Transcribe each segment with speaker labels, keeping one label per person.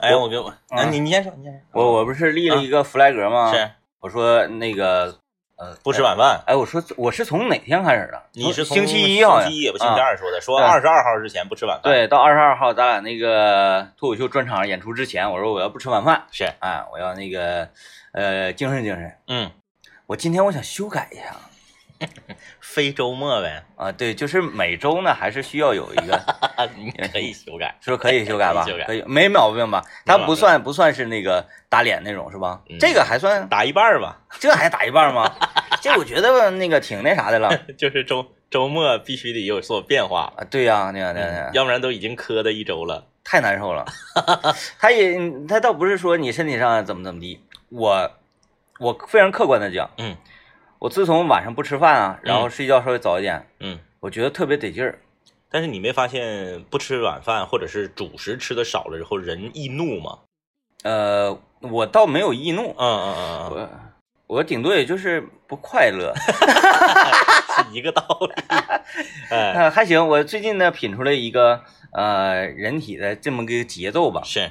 Speaker 1: 哎，我给我，哎，
Speaker 2: 嗯
Speaker 1: 你你先说，你先说。
Speaker 2: 我我不是立了一个 flag 吗？
Speaker 1: 啊是
Speaker 2: 我说那个，呃，
Speaker 1: 不吃晚饭，
Speaker 2: 哎，我说我是从哪天开始的？
Speaker 1: 你是从
Speaker 2: 星期一好像，
Speaker 1: 星期一也不星期
Speaker 2: 啊
Speaker 1: 二啊说的，说
Speaker 2: 对
Speaker 1: 二十二号之前不吃晚饭。，
Speaker 2: 对，到二十二号咱俩那个脱口秀专场演出之前，我说我要不吃晚饭，
Speaker 1: 是，
Speaker 2: 哎，我要那个呃精神精神。
Speaker 1: 嗯，
Speaker 2: 我今天我想修改一下
Speaker 1: 非周末呗，
Speaker 2: 啊，对，就是每周呢还是需要有一个，
Speaker 1: 你 可 以修改。
Speaker 2: 是不是可以 修改吧？
Speaker 1: 可以修改
Speaker 2: 可以，没毛病吧？它
Speaker 1: 毛
Speaker 2: 不
Speaker 1: 病
Speaker 2: 算不算是那个打脸那种是吧？
Speaker 1: 嗯
Speaker 2: 这个还算，
Speaker 1: 打一半儿吧，
Speaker 2: 这还打一半吗？ 这我觉得那个挺那 啥的了
Speaker 1: 就是周周末必须得有所变化，
Speaker 2: 啊，对呀、那个那个。那个
Speaker 1: 嗯要不然都已经磕的一周了。
Speaker 2: 太难 受了。他也他倒不是说你身体上怎么怎么地，我我非常客观的讲，
Speaker 1: 嗯，
Speaker 2: 我自从晚上不吃饭啊，然后睡觉稍微早一点，
Speaker 1: 嗯，
Speaker 2: 我觉得特别得劲儿。
Speaker 1: 但是你没发现不吃晚饭或者是主食吃的少了之后人易怒吗？
Speaker 2: 呃，我倒没有易怒，
Speaker 1: 嗯嗯嗯嗯
Speaker 2: 我我顶多也就是不快乐。
Speaker 1: 嗯，是一个道理。 哎，
Speaker 2: 呃，还行，我最近呢品出来一个呃人体的这么个节奏吧，
Speaker 1: 是，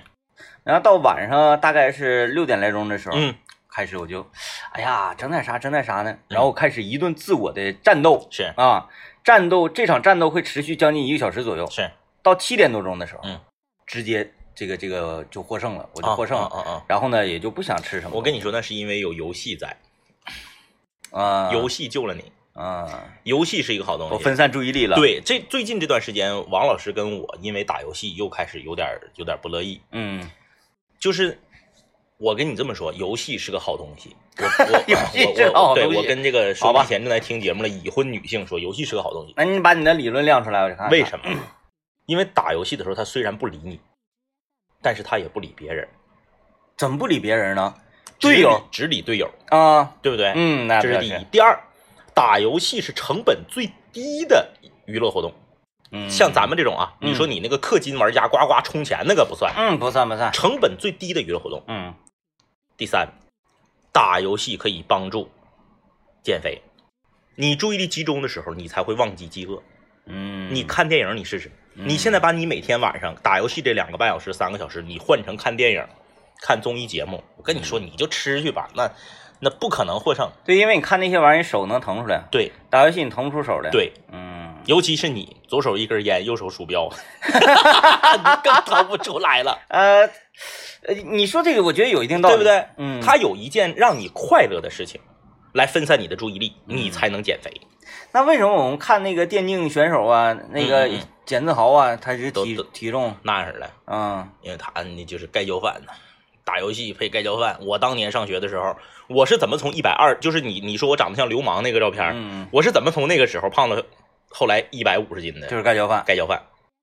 Speaker 2: 然后到晚上大概是六点来钟的时候。
Speaker 1: 嗯，
Speaker 2: 开始我就，哎呀，整点啥，整点啥呢？然后我开始一顿自我的战斗，
Speaker 1: 是
Speaker 2: 啊，战斗这场战斗会持续将近一个小时左右，
Speaker 1: 是，
Speaker 2: 到七点多钟的时候，
Speaker 1: 嗯，
Speaker 2: 直接这个这个就获胜了，
Speaker 1: 我
Speaker 2: 我就获胜了。嗯
Speaker 1: 嗯嗯
Speaker 2: 然后呢，也就不想吃什么。
Speaker 1: 我跟
Speaker 2: 你
Speaker 1: 你说，那是因为有游戏在，
Speaker 2: 啊，
Speaker 1: 游戏救了你。
Speaker 2: 啊，
Speaker 1: 游戏是一个好东西。
Speaker 2: 我分散注意力了。，
Speaker 1: 对，这最近这段时间，王老师跟我因为打游戏又开始有点儿有点儿不乐意。
Speaker 2: 嗯，
Speaker 1: 就是我跟你这么说，游戏是个好东西。 我啊我
Speaker 2: 游戏
Speaker 1: 我
Speaker 2: 是个
Speaker 1: 我
Speaker 2: 好
Speaker 1: 对
Speaker 2: 东西
Speaker 1: 我跟这个
Speaker 2: 好
Speaker 1: 收
Speaker 2: 吧
Speaker 1: 听前正在听节目的已婚女性说，游戏是个好东西。
Speaker 2: 那你把你的理论亮出来，我就看看。
Speaker 1: 为什么？因为打游戏的时候，他虽然不理你，但是他也不理别人，
Speaker 2: 怎么不理别人呢？
Speaker 1: 只理
Speaker 2: 队友
Speaker 1: 只理队友，
Speaker 2: 啊，
Speaker 1: 对不对？，
Speaker 2: 嗯，那
Speaker 1: 这是
Speaker 2: 倒
Speaker 1: 第一
Speaker 2: 是。。
Speaker 1: 第二，打游戏是成本最低的娱乐活动。
Speaker 2: 嗯，
Speaker 1: 像咱们这种啊，
Speaker 2: 嗯
Speaker 1: 你说你那个氪金玩家呱呱充钱那个不算，
Speaker 2: 嗯，不算不算。
Speaker 1: 成本最低的娱乐活动。
Speaker 2: 嗯，
Speaker 1: 第三，打游戏可以帮助减肥。你注意力集中的时候，你才会忘记饥饿。
Speaker 2: 嗯，
Speaker 1: 你看电影，你试试。
Speaker 2: 嗯
Speaker 1: 你现在把你每天晚上打游戏这两个半小时、三个小时，你换成看电影、看综艺节目，我跟你说，
Speaker 2: 嗯
Speaker 1: 你就吃去吧，那那不可能获胜。
Speaker 2: 对，因为你看那些玩意儿，手能腾出来，
Speaker 1: 对
Speaker 2: 打游戏你腾不出手来。，
Speaker 1: 对，
Speaker 2: 嗯，
Speaker 1: 尤其是你左手一根烟，右手鼠标， 你更掏不出来了。
Speaker 2: 呃，呃你说这个，我觉得有一定道理，
Speaker 1: 对不对？
Speaker 2: 嗯，
Speaker 1: 他有一件让你快乐的事情，来分散你的注意力，
Speaker 2: 嗯
Speaker 1: 你才能减肥。
Speaker 2: 那为什么我们看那个电竞选手啊，那个
Speaker 1: 嗯嗯嗯
Speaker 2: 简自豪啊，他是体
Speaker 1: 都都
Speaker 2: 体重，
Speaker 1: 那样的，
Speaker 2: 嗯
Speaker 1: 因为他你就是盖浇饭呢，打游戏配盖浇饭。我当年上学的时候，我是怎么从一百二，就是你你说我长得像流氓那个照片，
Speaker 2: 嗯，
Speaker 1: 我是怎么从那个时候胖到后来一百五十斤的？
Speaker 2: 就是盖浇饭
Speaker 1: 盖浇饭，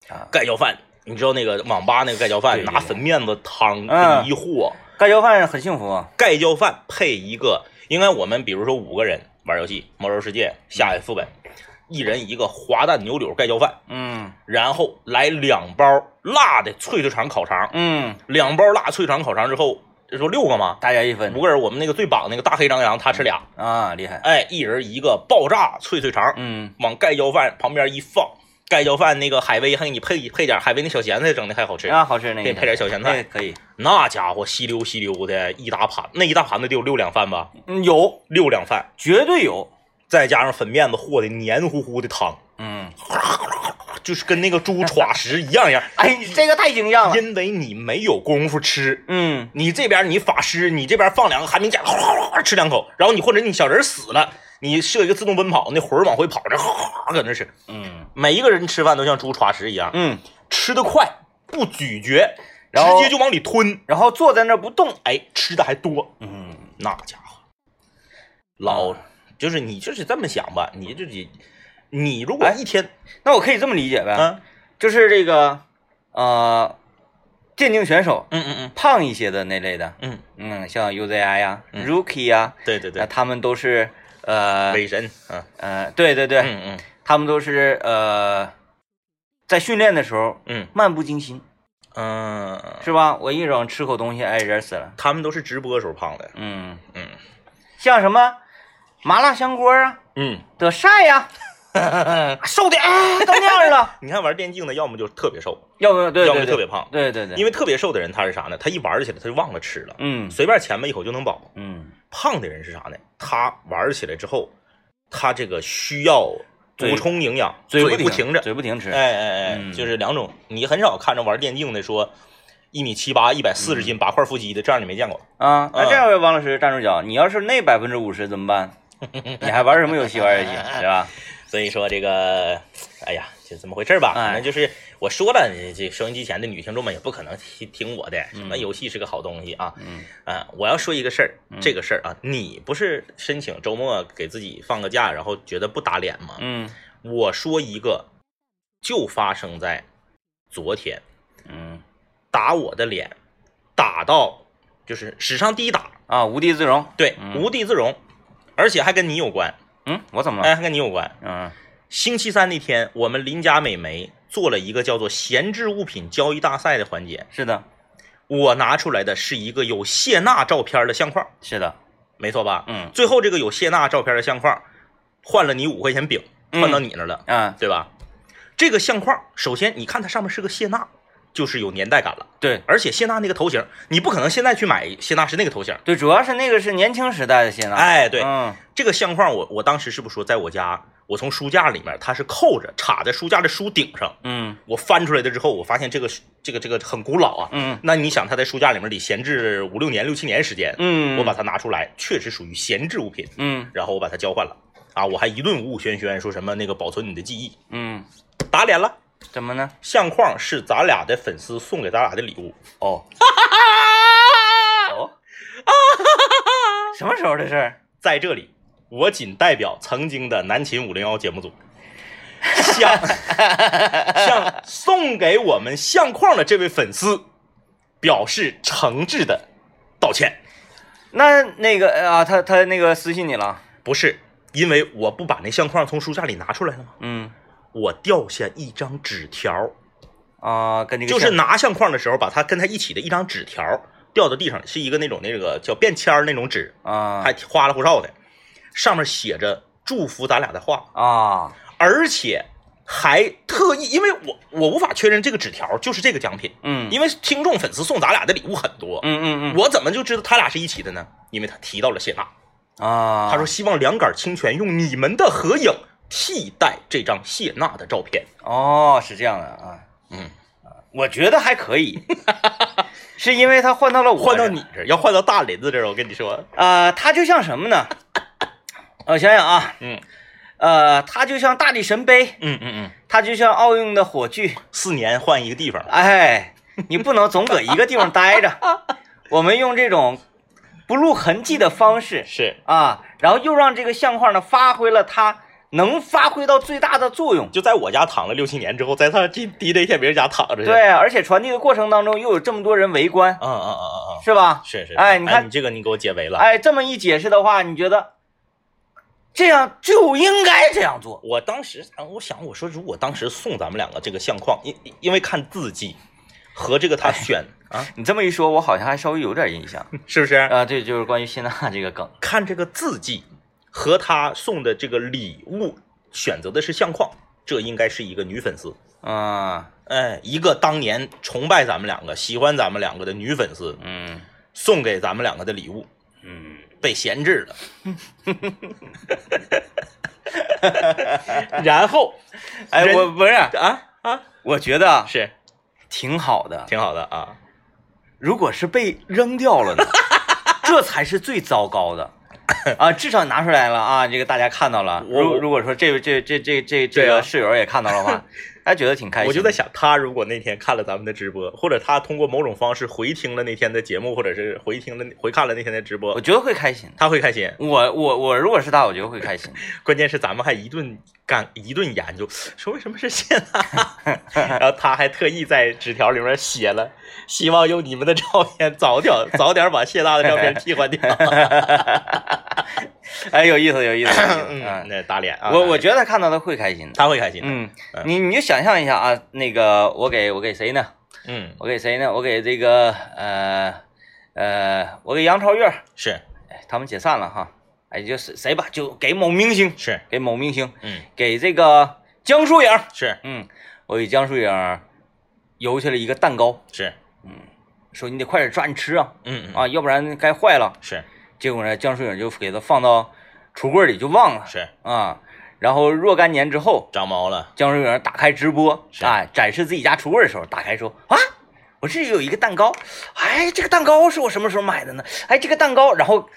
Speaker 2: 啊，
Speaker 1: 盖浇饭。你知道那个网吧那个盖浇饭，
Speaker 2: 对对对
Speaker 1: 拿粉面子汤
Speaker 2: 嗯
Speaker 1: 给你一和，
Speaker 2: 盖浇饭很幸福啊，
Speaker 1: 盖浇饭配一个，应该我们比如说五个人玩游戏《魔兽世界》下副本，一人一个滑蛋牛柳盖浇饭，
Speaker 2: 嗯
Speaker 1: 然后来两包辣的脆脆肠烤肠，
Speaker 2: 嗯，
Speaker 1: 两包辣脆肠烤肠之后，这说六个吗？
Speaker 2: 大家一分
Speaker 1: 五个人，我们那个最榜那个大黑张扬他吃俩，
Speaker 2: 啊，厉害，
Speaker 1: 哎，一人一个爆炸脆脆肠，
Speaker 2: 嗯
Speaker 1: 往盖浇饭旁边一放，盖浇饭那个海威还给你配配点海威那小咸菜，整的还好吃，
Speaker 2: 啊，好吃那
Speaker 1: 给
Speaker 2: 个
Speaker 1: 你配点小咸菜
Speaker 2: 哎可以，
Speaker 1: 那家伙吸溜吸溜的一大盘，那一大盘子得有六两饭吧，
Speaker 2: 嗯有，
Speaker 1: 六两饭。
Speaker 2: 绝对有，
Speaker 1: 再加上粉面子和的黏糊糊的汤，
Speaker 2: 嗯，
Speaker 1: 就是跟那个 猪爪食一样样。
Speaker 2: 哎，你这个太形象了，
Speaker 1: 因为你没有功夫吃，
Speaker 2: 嗯，
Speaker 1: 你这边你法师，你这边放两个寒冰甲，哗哗哗吃两口，然后你或者你小人死了，你设一个自动奔跑，那魂儿往回跑，这哗哗哗搁那吃。
Speaker 2: 嗯
Speaker 1: 每一个人吃饭都像猪爪食一样，
Speaker 2: 嗯，
Speaker 1: 吃的快，不咀嚼，
Speaker 2: 然后
Speaker 1: 直接就往里吞，
Speaker 2: 然后坐在那儿不动，
Speaker 1: 哎，吃的还多，
Speaker 2: 嗯，
Speaker 1: 那家伙老就是你就是这么想吧，你自己，你如果一天
Speaker 2: 那我可以这么理解呗，
Speaker 1: 啊，
Speaker 2: 就是这个，呃，电竞选手
Speaker 1: 嗯嗯嗯
Speaker 2: 胖一些的那类的。
Speaker 1: 嗯。
Speaker 2: 嗯，像 UZI 呀、
Speaker 1: 嗯
Speaker 2: Rookie 呀、
Speaker 1: 对对
Speaker 2: 那、，他们都是呃
Speaker 1: 伪神，嗯
Speaker 2: 呃，对对对，
Speaker 1: 嗯嗯
Speaker 2: 他们都是呃，在训练的时候
Speaker 1: 嗯
Speaker 2: 漫不经心，
Speaker 1: 嗯，
Speaker 2: 是吧？我一整吃口东西，哎，人死了。
Speaker 1: 他们都是直播时候胖的，
Speaker 2: 嗯，
Speaker 1: 嗯
Speaker 2: 像什么麻辣香锅啊、
Speaker 1: 嗯，
Speaker 2: 德晒呀、瘦的哎都那样了，
Speaker 1: 你看玩电竞的，要么就特别瘦，
Speaker 2: 要不对
Speaker 1: 要
Speaker 2: 对
Speaker 1: 么
Speaker 2: 对，
Speaker 1: 就特别胖。
Speaker 2: 对对对，
Speaker 1: 因
Speaker 2: 为
Speaker 1: 为特别瘦的人他是啥呢？他一玩起来他就忘了吃了，
Speaker 2: 嗯
Speaker 1: 随便前面一口就能饱。
Speaker 2: 嗯，
Speaker 1: 胖的人是啥呢？他玩起来之后，他这个需要
Speaker 2: 嘴
Speaker 1: 补充营养，
Speaker 2: 嘴
Speaker 1: 不停着。
Speaker 2: 嘴不停吃，
Speaker 1: 哎哎
Speaker 2: 嗯
Speaker 1: 哎，就是两种，你很少看着玩电竞的说一米七八、一百四十
Speaker 2: 嗯
Speaker 1: 斤、八块腹肌的，这样你没见过。
Speaker 2: 啊，那
Speaker 1: 嗯
Speaker 2: 这样，王老师站住脚，你要是那百分之五十怎 么办？你还玩什么游戏玩游戏，对吧？
Speaker 1: 所以说这个，哎呀，就这么回事儿吧。
Speaker 2: 哎
Speaker 1: 反正就是我说了，这收音机前的女听众们也不可能听听我的。什么游戏是个好东西啊？
Speaker 2: 嗯
Speaker 1: 啊，我要说一个事儿，这个事儿啊，你不是申请周末给自己放个假，然后觉得不打脸吗？
Speaker 2: 嗯
Speaker 1: 我说一个，就发生在昨天，
Speaker 2: 嗯
Speaker 1: 打我的脸，打到就是史上第一打，
Speaker 2: 啊，无地自容，
Speaker 1: 对，
Speaker 2: 嗯
Speaker 1: 无地自容，而且还跟你有关，
Speaker 2: 嗯，我怎么了？
Speaker 1: 哎，还跟你有关。
Speaker 2: 嗯
Speaker 1: 星期三那天，我们邻家美眉做了一个叫做“闲置物品交易大赛”的环节，
Speaker 2: 是的，
Speaker 1: 我拿出来的是一个有谢娜照片的相框，
Speaker 2: 是的，
Speaker 1: 没错吧？
Speaker 2: 嗯
Speaker 1: 最后这个有谢娜照片的相框，换了你五块钱饼，
Speaker 2: 嗯
Speaker 1: 换到你那儿了，
Speaker 2: 啊，
Speaker 1: 对吧？这个相框，首先你看它上面是个谢娜，就是有年代感了，
Speaker 2: 对
Speaker 1: 而且谢娜那个头型，你不可能现在去买谢娜是那个头型。
Speaker 2: 对，主要是那个是年轻时代的谢娜，，
Speaker 1: 哎，对，
Speaker 2: 嗯
Speaker 1: 这个相框我我当时是不是说在我家，我从书架里面它是扣着插在书架的书顶上，
Speaker 2: 嗯
Speaker 1: 我翻出来的之后，我发现这个是这个这个很古老啊。
Speaker 2: 嗯
Speaker 1: 那你想，它在书架里面得闲置五六年、六七年时间，
Speaker 2: 嗯，
Speaker 1: 我把它拿出来，确实属于闲置物品，
Speaker 2: 嗯
Speaker 1: 然后我把它交换了。啊！我还一顿呜呜喧喧，说什么那个保存你的记忆，
Speaker 2: 嗯，
Speaker 1: 打脸了。
Speaker 2: 怎么呢？
Speaker 1: 相框是咱俩的粉丝送给咱俩的礼物。
Speaker 2: 哦哦，什么时候的事儿？
Speaker 1: 在这里，我仅代表曾经的南秦五零幺节目组，向 向送给我们相框的这位粉丝表示诚挚的道歉。
Speaker 2: 那那个呃啊，他他那个私信你了，
Speaker 1: 不是因为我不把那相框从书架里拿出来了吗？
Speaker 2: 嗯
Speaker 1: 我掉下一张纸条，
Speaker 2: 啊，跟这个
Speaker 1: 就是
Speaker 2: 谢
Speaker 1: 拿相框的时候，把它跟它一起的一张纸条掉到地上，是一个那种那个叫便签儿那种纸，
Speaker 2: 啊
Speaker 1: 还花里胡哨的，上面写着祝福咱俩的话。
Speaker 2: 啊
Speaker 1: 而且还特意，因为我我无法确认这个纸条就是这个奖品，
Speaker 2: 嗯
Speaker 1: 因为听众粉丝送咱俩的礼物很多，
Speaker 2: 嗯嗯
Speaker 1: 我怎么就知道他俩是一起的呢？因为他提到了谢娜，
Speaker 2: 嗯啊，
Speaker 1: 他说希望两杆清泉用你们的合影替代这张谢娜的照片。
Speaker 2: 哦，是这样的啊，
Speaker 1: 嗯，
Speaker 2: 我觉得还 可以，是因为他换到了我，
Speaker 1: 换到你这儿，要换到大林子这儿，我跟你说，
Speaker 2: 啊，他就像什么呢？我想想啊，
Speaker 1: 嗯
Speaker 2: 呃，他就像大力神杯，
Speaker 1: 嗯嗯
Speaker 2: 他就像奥运的火炬，
Speaker 1: 嗯，四年换一个地方，
Speaker 2: 哎，你不能总搁一个地方 待着，我们用这种不露痕迹的方式
Speaker 1: 是，
Speaker 2: 啊，然后又让这个相框呢发挥了它能发挥到最大的作用。
Speaker 1: 就在我家躺了六七年之后，在他 D D J 别人家躺着去，
Speaker 2: 对，啊而且传递的过程当中又有这么多人围观，
Speaker 1: 嗯，嗯嗯嗯嗯嗯，
Speaker 2: 是吧？
Speaker 1: 是是，
Speaker 2: 哎你看
Speaker 1: 你这个你给我解围了，
Speaker 2: 哎，这么一解释的话，你觉得这样就应该这样做？
Speaker 1: 我当时，啊我想，我说如果当时送咱们两个这个相框，因因因为看字迹和这个他选啊，
Speaker 2: 你这么一说，我好像还稍微有点印 象
Speaker 1: 是不是？
Speaker 2: 啊。对，就是关于谢娜这个梗。
Speaker 1: 看这个字迹和他送的这个礼物，选择的是相框，这应该是一个女粉丝，
Speaker 2: 嗯
Speaker 1: 哎，一个当年崇拜咱们两个、喜欢咱们两个的女粉丝
Speaker 2: 嗯
Speaker 1: 送给咱们两个的礼物
Speaker 2: 嗯，
Speaker 1: 被闲置了， 然后
Speaker 2: 哎，
Speaker 1: 人
Speaker 2: 我不是，
Speaker 1: 啊啊，
Speaker 2: 我觉得啊
Speaker 1: 是
Speaker 2: 挺好的。
Speaker 1: 挺好的啊，
Speaker 2: 如果是被扔掉 了呢，这才是最糟糕的。啊，至少拿出来了啊！这个大家看到了。
Speaker 1: 我
Speaker 2: 如如果说这位这这这这这
Speaker 1: 对
Speaker 2: 个
Speaker 1: 啊
Speaker 2: 室友也看到了的 话，他觉得挺开心。
Speaker 1: 我就在，想，他如果那天看了咱们的直播，或者他通过某种方式回听了那天的节目，或者是回听了回看了那天的直
Speaker 2: 我
Speaker 1: 播，
Speaker 2: 觉得会开心。
Speaker 1: 他会开心。
Speaker 2: 我我我如果是他，我觉得会开心。
Speaker 1: 关键是咱们还一顿干一顿研究，说为什么是谢娜， 然后他还特意在纸条里面写了，希望用你们的照片早点早点把谢娜的照片替换 掉。
Speaker 2: 哎，有意思，有意思，有意思
Speaker 1: 嗯，
Speaker 2: 啊！
Speaker 1: 那打脸啊！
Speaker 2: 我我
Speaker 1: 打脸
Speaker 2: 觉得他看到的会开心的。
Speaker 1: 他会开心的。
Speaker 2: 嗯，你你就想象一下啊，那个我给我给谁呢？
Speaker 1: 嗯，
Speaker 2: 我给谁呢？我给这个呃呃，我给杨超越，
Speaker 1: 是
Speaker 2: 哎他们解散了哈。哎，就谁谁吧，就给某明星，
Speaker 1: 是，
Speaker 2: 给某明星，
Speaker 1: 嗯，
Speaker 2: 给这个江疏影，
Speaker 1: 是
Speaker 2: 嗯，我给江疏影邮去了一个蛋糕，
Speaker 1: 是，
Speaker 2: 说你得快点抓紧吃啊，
Speaker 1: 嗯嗯，
Speaker 2: 啊，要不然该坏了。
Speaker 1: 是
Speaker 2: 结果呢，江疏影就给它放到橱柜里就忘了
Speaker 1: 是，
Speaker 2: 啊。然后若干年之后，
Speaker 1: 长毛了，
Speaker 2: 江疏影打开直播
Speaker 1: 是
Speaker 2: 啊，展示自己家橱柜的时候，打开说啊。我这有一个蛋糕，哎，这个蛋糕是我什么时候买的呢？哎，这个蛋糕，然后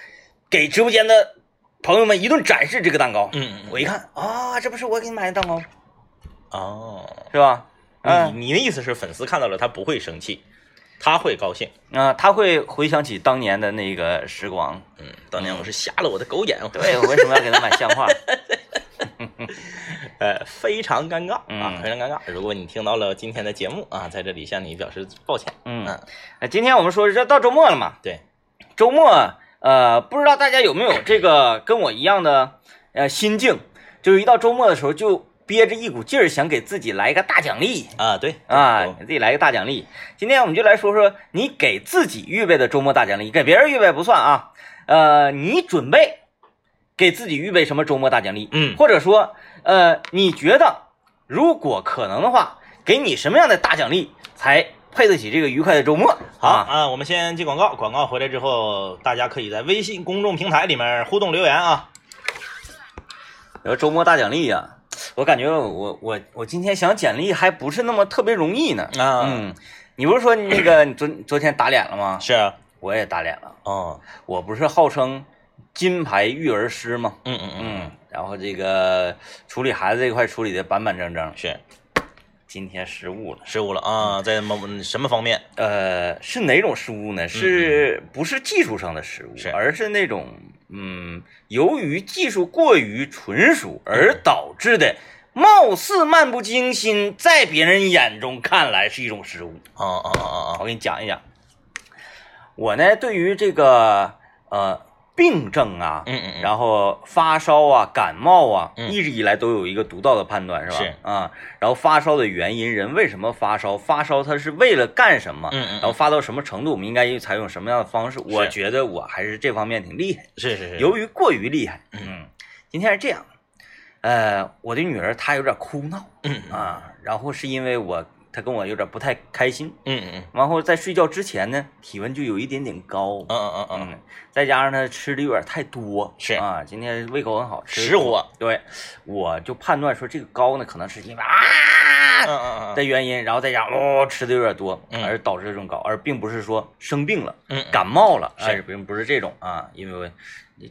Speaker 2: 给直播间的朋友们一顿展示这个蛋糕。
Speaker 1: 嗯
Speaker 2: 我一看啊，这不是我给你买的蛋糕吗
Speaker 1: 哦，
Speaker 2: 是吧？嗯
Speaker 1: 你你的意思是粉丝看到了他不会生气，他会高兴。
Speaker 2: 啊、他会回想起当年的那个时光。
Speaker 1: 嗯，当年我是瞎了我的狗眼，
Speaker 2: 对，我为什么要给他买嗯相 框？
Speaker 1: 呃，非常尴尬啊，
Speaker 2: 嗯
Speaker 1: 非常尴尬。如果你听到了今天的节目啊，在这里向你表示抱歉。
Speaker 2: 嗯，那今天我们说这到周末了嘛？
Speaker 1: 对，
Speaker 2: 周末，呃，不知道大家有没有这个跟我一样的呃心境，就是一到周末的时候就憋着一股劲儿想给自己来一个大奖励
Speaker 1: 啊，对
Speaker 2: 啊，
Speaker 1: 有
Speaker 2: 给自己来个大奖励。今天我们就来说说你给自己预备的周末大奖励，给别人预备不算啊。呃，你准备给自己预备什么周末大奖励？
Speaker 1: 嗯
Speaker 2: 或者说，呃，你觉得如果可能的话，给你什么样的大奖励才配得起这个愉快的周末？
Speaker 1: 好
Speaker 2: 啊，
Speaker 1: 啊，我们先接广告，广告回来之后，大家可以在微信公众平台里面互动留言啊。
Speaker 2: 然后周末大奖励呀、我感觉我我我今天想奖励还不是那么特别容易呢。
Speaker 1: 啊
Speaker 2: 嗯，你不是说你那个 你昨昨天打脸了吗？
Speaker 1: 是啊，
Speaker 2: 我也打脸了，
Speaker 1: 哦，
Speaker 2: 我不是号称金牌育儿师吗？
Speaker 1: 嗯嗯嗯，
Speaker 2: 嗯，然后这个处理孩子这块处理的板板正正，
Speaker 1: 是
Speaker 2: 今天失误了。
Speaker 1: 失误了啊，在某什么方面？
Speaker 2: 呃，是哪种失误呢？是不是技术上的失误，
Speaker 1: 嗯是
Speaker 2: 而是那种嗯，由于技术过于纯熟
Speaker 1: 嗯
Speaker 2: 而导致的，貌似漫不经心，在别人眼中看来是一种失误。
Speaker 1: 啊啊啊啊
Speaker 2: 我给你讲一讲，我呢对于这个呃病症啊，
Speaker 1: 嗯嗯嗯
Speaker 2: 然后发烧啊、感冒啊，
Speaker 1: 嗯
Speaker 2: 一直以来都有一个独到的判断，是吧？
Speaker 1: 是
Speaker 2: 啊，然后发烧的原因，人为什么发烧？发烧它是为了干什么？
Speaker 1: 嗯嗯嗯
Speaker 2: 然后发到什么程度，我们应该采用什么样的方式？我
Speaker 1: 是
Speaker 2: 觉得我还是这方面挺厉害，
Speaker 1: 是是是，
Speaker 2: 由于过于厉害，嗯，今天是这样，呃，我的女儿她有点哭闹，
Speaker 1: 嗯
Speaker 2: 啊，然后是因为我她跟我有点不太开心，
Speaker 1: 嗯嗯
Speaker 2: 然后在睡觉之前呢，体温就有一点点高
Speaker 1: 嗯，嗯嗯嗯嗯，
Speaker 2: 嗯，再加上他吃的有点太多，
Speaker 1: 是
Speaker 2: 啊，今天胃口很好，吃
Speaker 1: 食火，
Speaker 2: 对，我就判断说这个高呢，可能是因为啊
Speaker 1: 嗯嗯嗯
Speaker 2: 的原因，然后再加上哦吃的有点多，
Speaker 1: 嗯
Speaker 2: 而导致这种高，而并不是说生病了、
Speaker 1: 嗯，
Speaker 2: 感冒了，
Speaker 1: 是
Speaker 2: 哎，并不是这种啊，因为我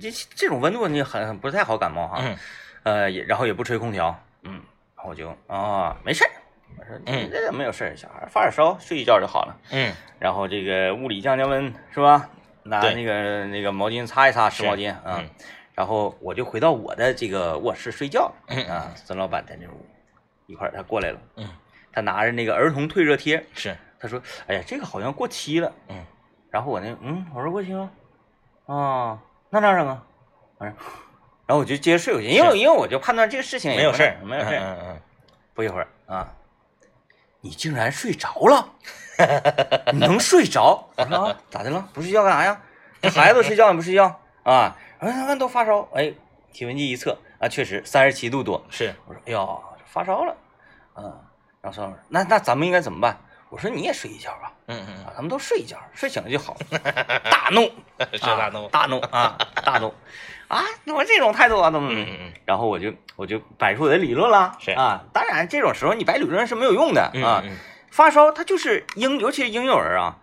Speaker 2: 这这种温度你很很不太好感冒哈，
Speaker 1: 嗯
Speaker 2: 呃，也然后也不吹空调，嗯，然后我就啊没事儿，我说
Speaker 1: 嗯
Speaker 2: 这没有事儿，小孩儿发点烧，睡一觉就好了。
Speaker 1: 嗯
Speaker 2: 然后这个物理降降温是吧？拿
Speaker 1: 对
Speaker 2: 那个那个毛巾擦一擦，湿毛巾啊
Speaker 1: 嗯。
Speaker 2: 然后我就回到我的这个卧室睡觉
Speaker 1: 嗯
Speaker 2: 啊。孙老板在那屋，一会儿他过来了，
Speaker 1: 嗯，
Speaker 2: 他拿着那个儿童退热贴，
Speaker 1: 是，
Speaker 2: 他说：“哎呀，这个好像过期了。
Speaker 1: 嗯”
Speaker 2: 然后我那嗯，我说过期了，啊，那咋整啊？完事儿， 然后我就接着睡回去，因为
Speaker 1: 是
Speaker 2: 因为我就判断这个事情也
Speaker 1: 没有
Speaker 2: 不
Speaker 1: 事
Speaker 2: 太
Speaker 1: 儿，
Speaker 2: 没有事儿。
Speaker 1: 嗯嗯
Speaker 2: 不一会儿啊，你竟然睡着了，你能睡着？我说啊，咋的了？不睡觉干啥呀？这孩子都睡觉，你不睡觉啊？我说他们都发烧，哎，体温计一测啊，确实三十七度多。
Speaker 1: 是，
Speaker 2: 我说哎呀，发烧了，嗯、然后孙老师说，那那咱们应该怎么办？我说你也睡一觉吧，
Speaker 1: 嗯 嗯
Speaker 2: 啊，咱们都睡一觉，睡醒了就好。大怒，
Speaker 1: 是大怒
Speaker 2: 啊大怒啊，大怒啊！怎么这种态度啊？怎么？
Speaker 1: 嗯嗯
Speaker 2: 然后我就我就摆出我的理论了，
Speaker 1: 是
Speaker 2: 啊，当然这种时候你摆理论是没有用的
Speaker 1: 嗯
Speaker 2: 啊。
Speaker 1: 嗯
Speaker 2: 发烧它就是婴，尤其是婴幼儿啊，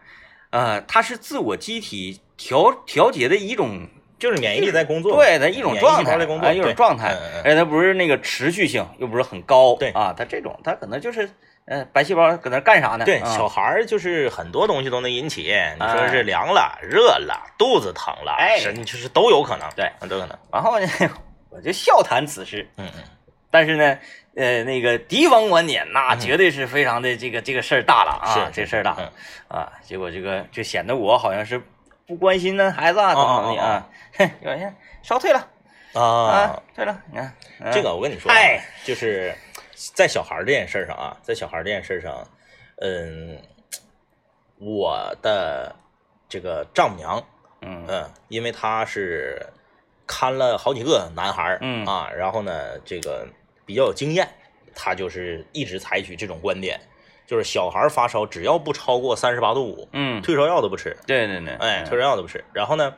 Speaker 2: 呃，它是自我机体调调节的一种
Speaker 1: 就是免疫力在工作，
Speaker 2: 对的一种状态，
Speaker 1: 在工
Speaker 2: 啊
Speaker 1: 作，嗯
Speaker 2: 一种状态，而且它不是那个持续性，又不是很高，
Speaker 1: 对
Speaker 2: 啊，它这种它可能就是呃白细胞搁那干啥呢？
Speaker 1: 对，
Speaker 2: 啊
Speaker 1: 小孩儿就是很多东西都能引起，你说是凉了、热了、肚子疼了，
Speaker 2: 哎
Speaker 1: 是你就是都有可能，啊
Speaker 2: 对，
Speaker 1: 都有可能。
Speaker 2: 然后呢， 我就笑谈此事，
Speaker 1: 嗯嗯，
Speaker 2: 但是呢，呃，那个敌方观点那绝对是非常的这个这个事儿大了啊，
Speaker 1: 嗯是
Speaker 2: 这事儿大
Speaker 1: 嗯
Speaker 2: 啊，结果这个就显得我好像是不关心呢孩子啊
Speaker 1: 哦
Speaker 2: 等等的啊， 哼，有人烧退了啊
Speaker 1: 啊，，
Speaker 2: 退了，你看嗯
Speaker 1: 这个我跟你说啊，
Speaker 2: 哎
Speaker 1: 就是在小孩儿这件事儿上啊，在小孩儿这件事儿上，嗯，我的这个丈母娘，
Speaker 2: 嗯
Speaker 1: 嗯，因为她是看了好几个男孩儿，
Speaker 2: 嗯
Speaker 1: 啊，然后呢，这个比较有经验，他就是一直采取这种观点，就是小孩儿发烧只要不超过三十八度五，
Speaker 2: 嗯，
Speaker 1: 退烧药都不吃，
Speaker 2: 对对对，
Speaker 1: 哎，退
Speaker 2: 是
Speaker 1: 烧药都不吃。然后呢，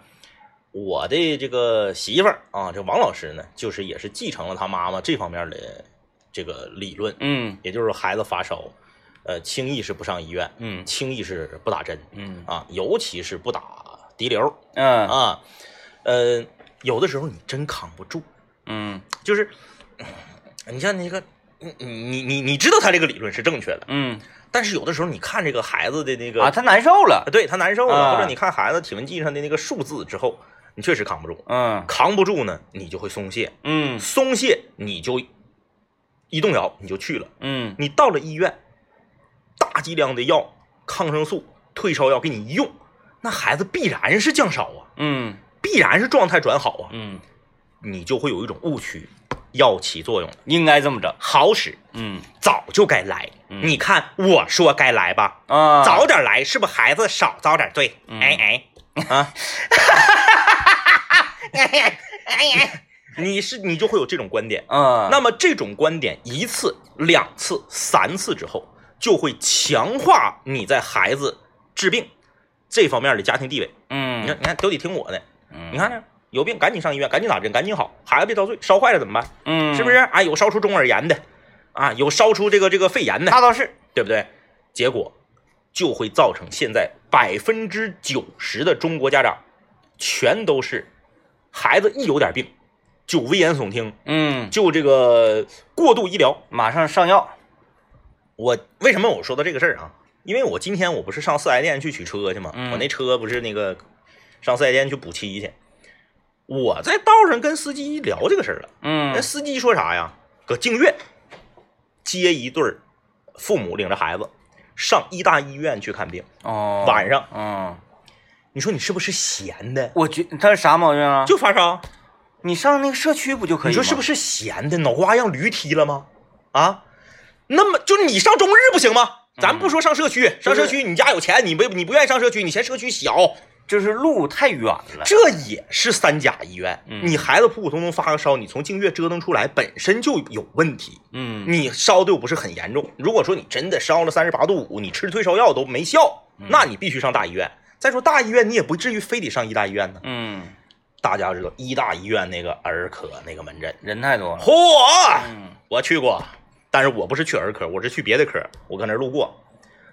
Speaker 1: 我的这个媳妇儿啊，这王老师呢，就是也是继承了他妈妈这方面的这个理论，
Speaker 2: 嗯
Speaker 1: 也就是说孩子发烧，呃，轻易是不上医院，
Speaker 2: 嗯
Speaker 1: 轻易是不打针
Speaker 2: 嗯
Speaker 1: 啊，尤其是不打滴流
Speaker 2: 嗯
Speaker 1: 啊，呃，有的时候你真扛不住，
Speaker 2: 嗯
Speaker 1: 就是嗯你像那个。你你你你知道他这个理论是正确的，
Speaker 2: 嗯
Speaker 1: 但是有的时候你看这个孩子的那个
Speaker 2: 啊，他难受了，
Speaker 1: 对他难受了，
Speaker 2: 啊
Speaker 1: 或者你看孩子体温计上的那个数字之后，你确实扛不住，
Speaker 2: 嗯
Speaker 1: 扛不住呢，你就会松懈，
Speaker 2: 嗯
Speaker 1: 松懈你就一动摇你就去了，
Speaker 2: 嗯
Speaker 1: 你到了医院，大剂量的药、抗生素、退烧药给你一用，那孩子必然是降烧啊，
Speaker 2: 嗯
Speaker 1: 必然是状态转好啊，
Speaker 2: 嗯，
Speaker 1: 你就会有一种误区，药起作用了，
Speaker 2: 应该这么整，
Speaker 1: 好使
Speaker 2: 嗯
Speaker 1: 早就该来，
Speaker 2: 嗯
Speaker 1: 你看我说该来吧，
Speaker 2: 啊，
Speaker 1: 早点来，是不是孩子少遭点罪？
Speaker 2: 嗯
Speaker 1: 哎哎啊！哎哎哎！ 你是你就会有这种观点。
Speaker 2: 啊，
Speaker 1: 那么这种观点一次、两次、三次之后，就会强化你在孩子治病这方面的家庭地位。
Speaker 2: 嗯
Speaker 1: 你看，你看，都得听我的。
Speaker 2: 嗯
Speaker 1: 你看呢，有病赶紧上医院，赶紧打针，赶紧好，孩子别遭罪，烧坏了怎么办？
Speaker 2: 嗯
Speaker 1: 是不是？啊，有烧出中耳炎的，啊，有烧出这个这个肺炎的，
Speaker 2: 那倒是，
Speaker 1: 对不对？结果就会造成现在百分之九十的中国家长全都是孩子一有点病就危言耸听，
Speaker 2: 嗯，
Speaker 1: 就这个过度医疗。
Speaker 2: 马上上药，
Speaker 1: 我为什么我说到这个事儿啊？因为我今天我不是上四 S 店去取车去嘛，
Speaker 2: 嗯
Speaker 1: 我那车不是那个上四 S 店去补漆去，我在道上跟司机聊这个事儿了。
Speaker 2: 嗯
Speaker 1: 那司机说啥呀？搁净月接一对儿父母领着孩子上医大医院去看病，
Speaker 2: 哦，
Speaker 1: 晚上
Speaker 2: 嗯，
Speaker 1: 你说你是不是闲的？
Speaker 2: 我觉他是啥毛病啊？
Speaker 1: 就发烧，
Speaker 2: 你上那个社区不就可以？
Speaker 1: 你说是不
Speaker 2: 是？
Speaker 1: 是闲的？脑瓜让驴踢了吗？啊，那么就你上中日不行吗？咱不说上社区，
Speaker 2: 嗯
Speaker 1: 上社区你家有钱，你不你不愿意上社区，你嫌社区小，
Speaker 2: 就是路太远了，
Speaker 1: 这也是三甲医院。
Speaker 2: 嗯
Speaker 1: 你孩子普普通通发个烧，你从净月折腾出来本身就有问题。
Speaker 2: 嗯
Speaker 1: 你烧的又不是很严重。如果说你真的烧了三十八度五，你吃退烧药都没效，
Speaker 2: 嗯
Speaker 1: 那你必须上大医院。再说大医院你也不至于非得上医大医院呢。
Speaker 2: 嗯，
Speaker 1: 大家知道医大医院那个儿科那个门诊，
Speaker 2: 人太多了，
Speaker 1: 嚯，
Speaker 2: 嗯
Speaker 1: 我去过，但是我不是去儿科，我是去别的科。我搁那儿路过，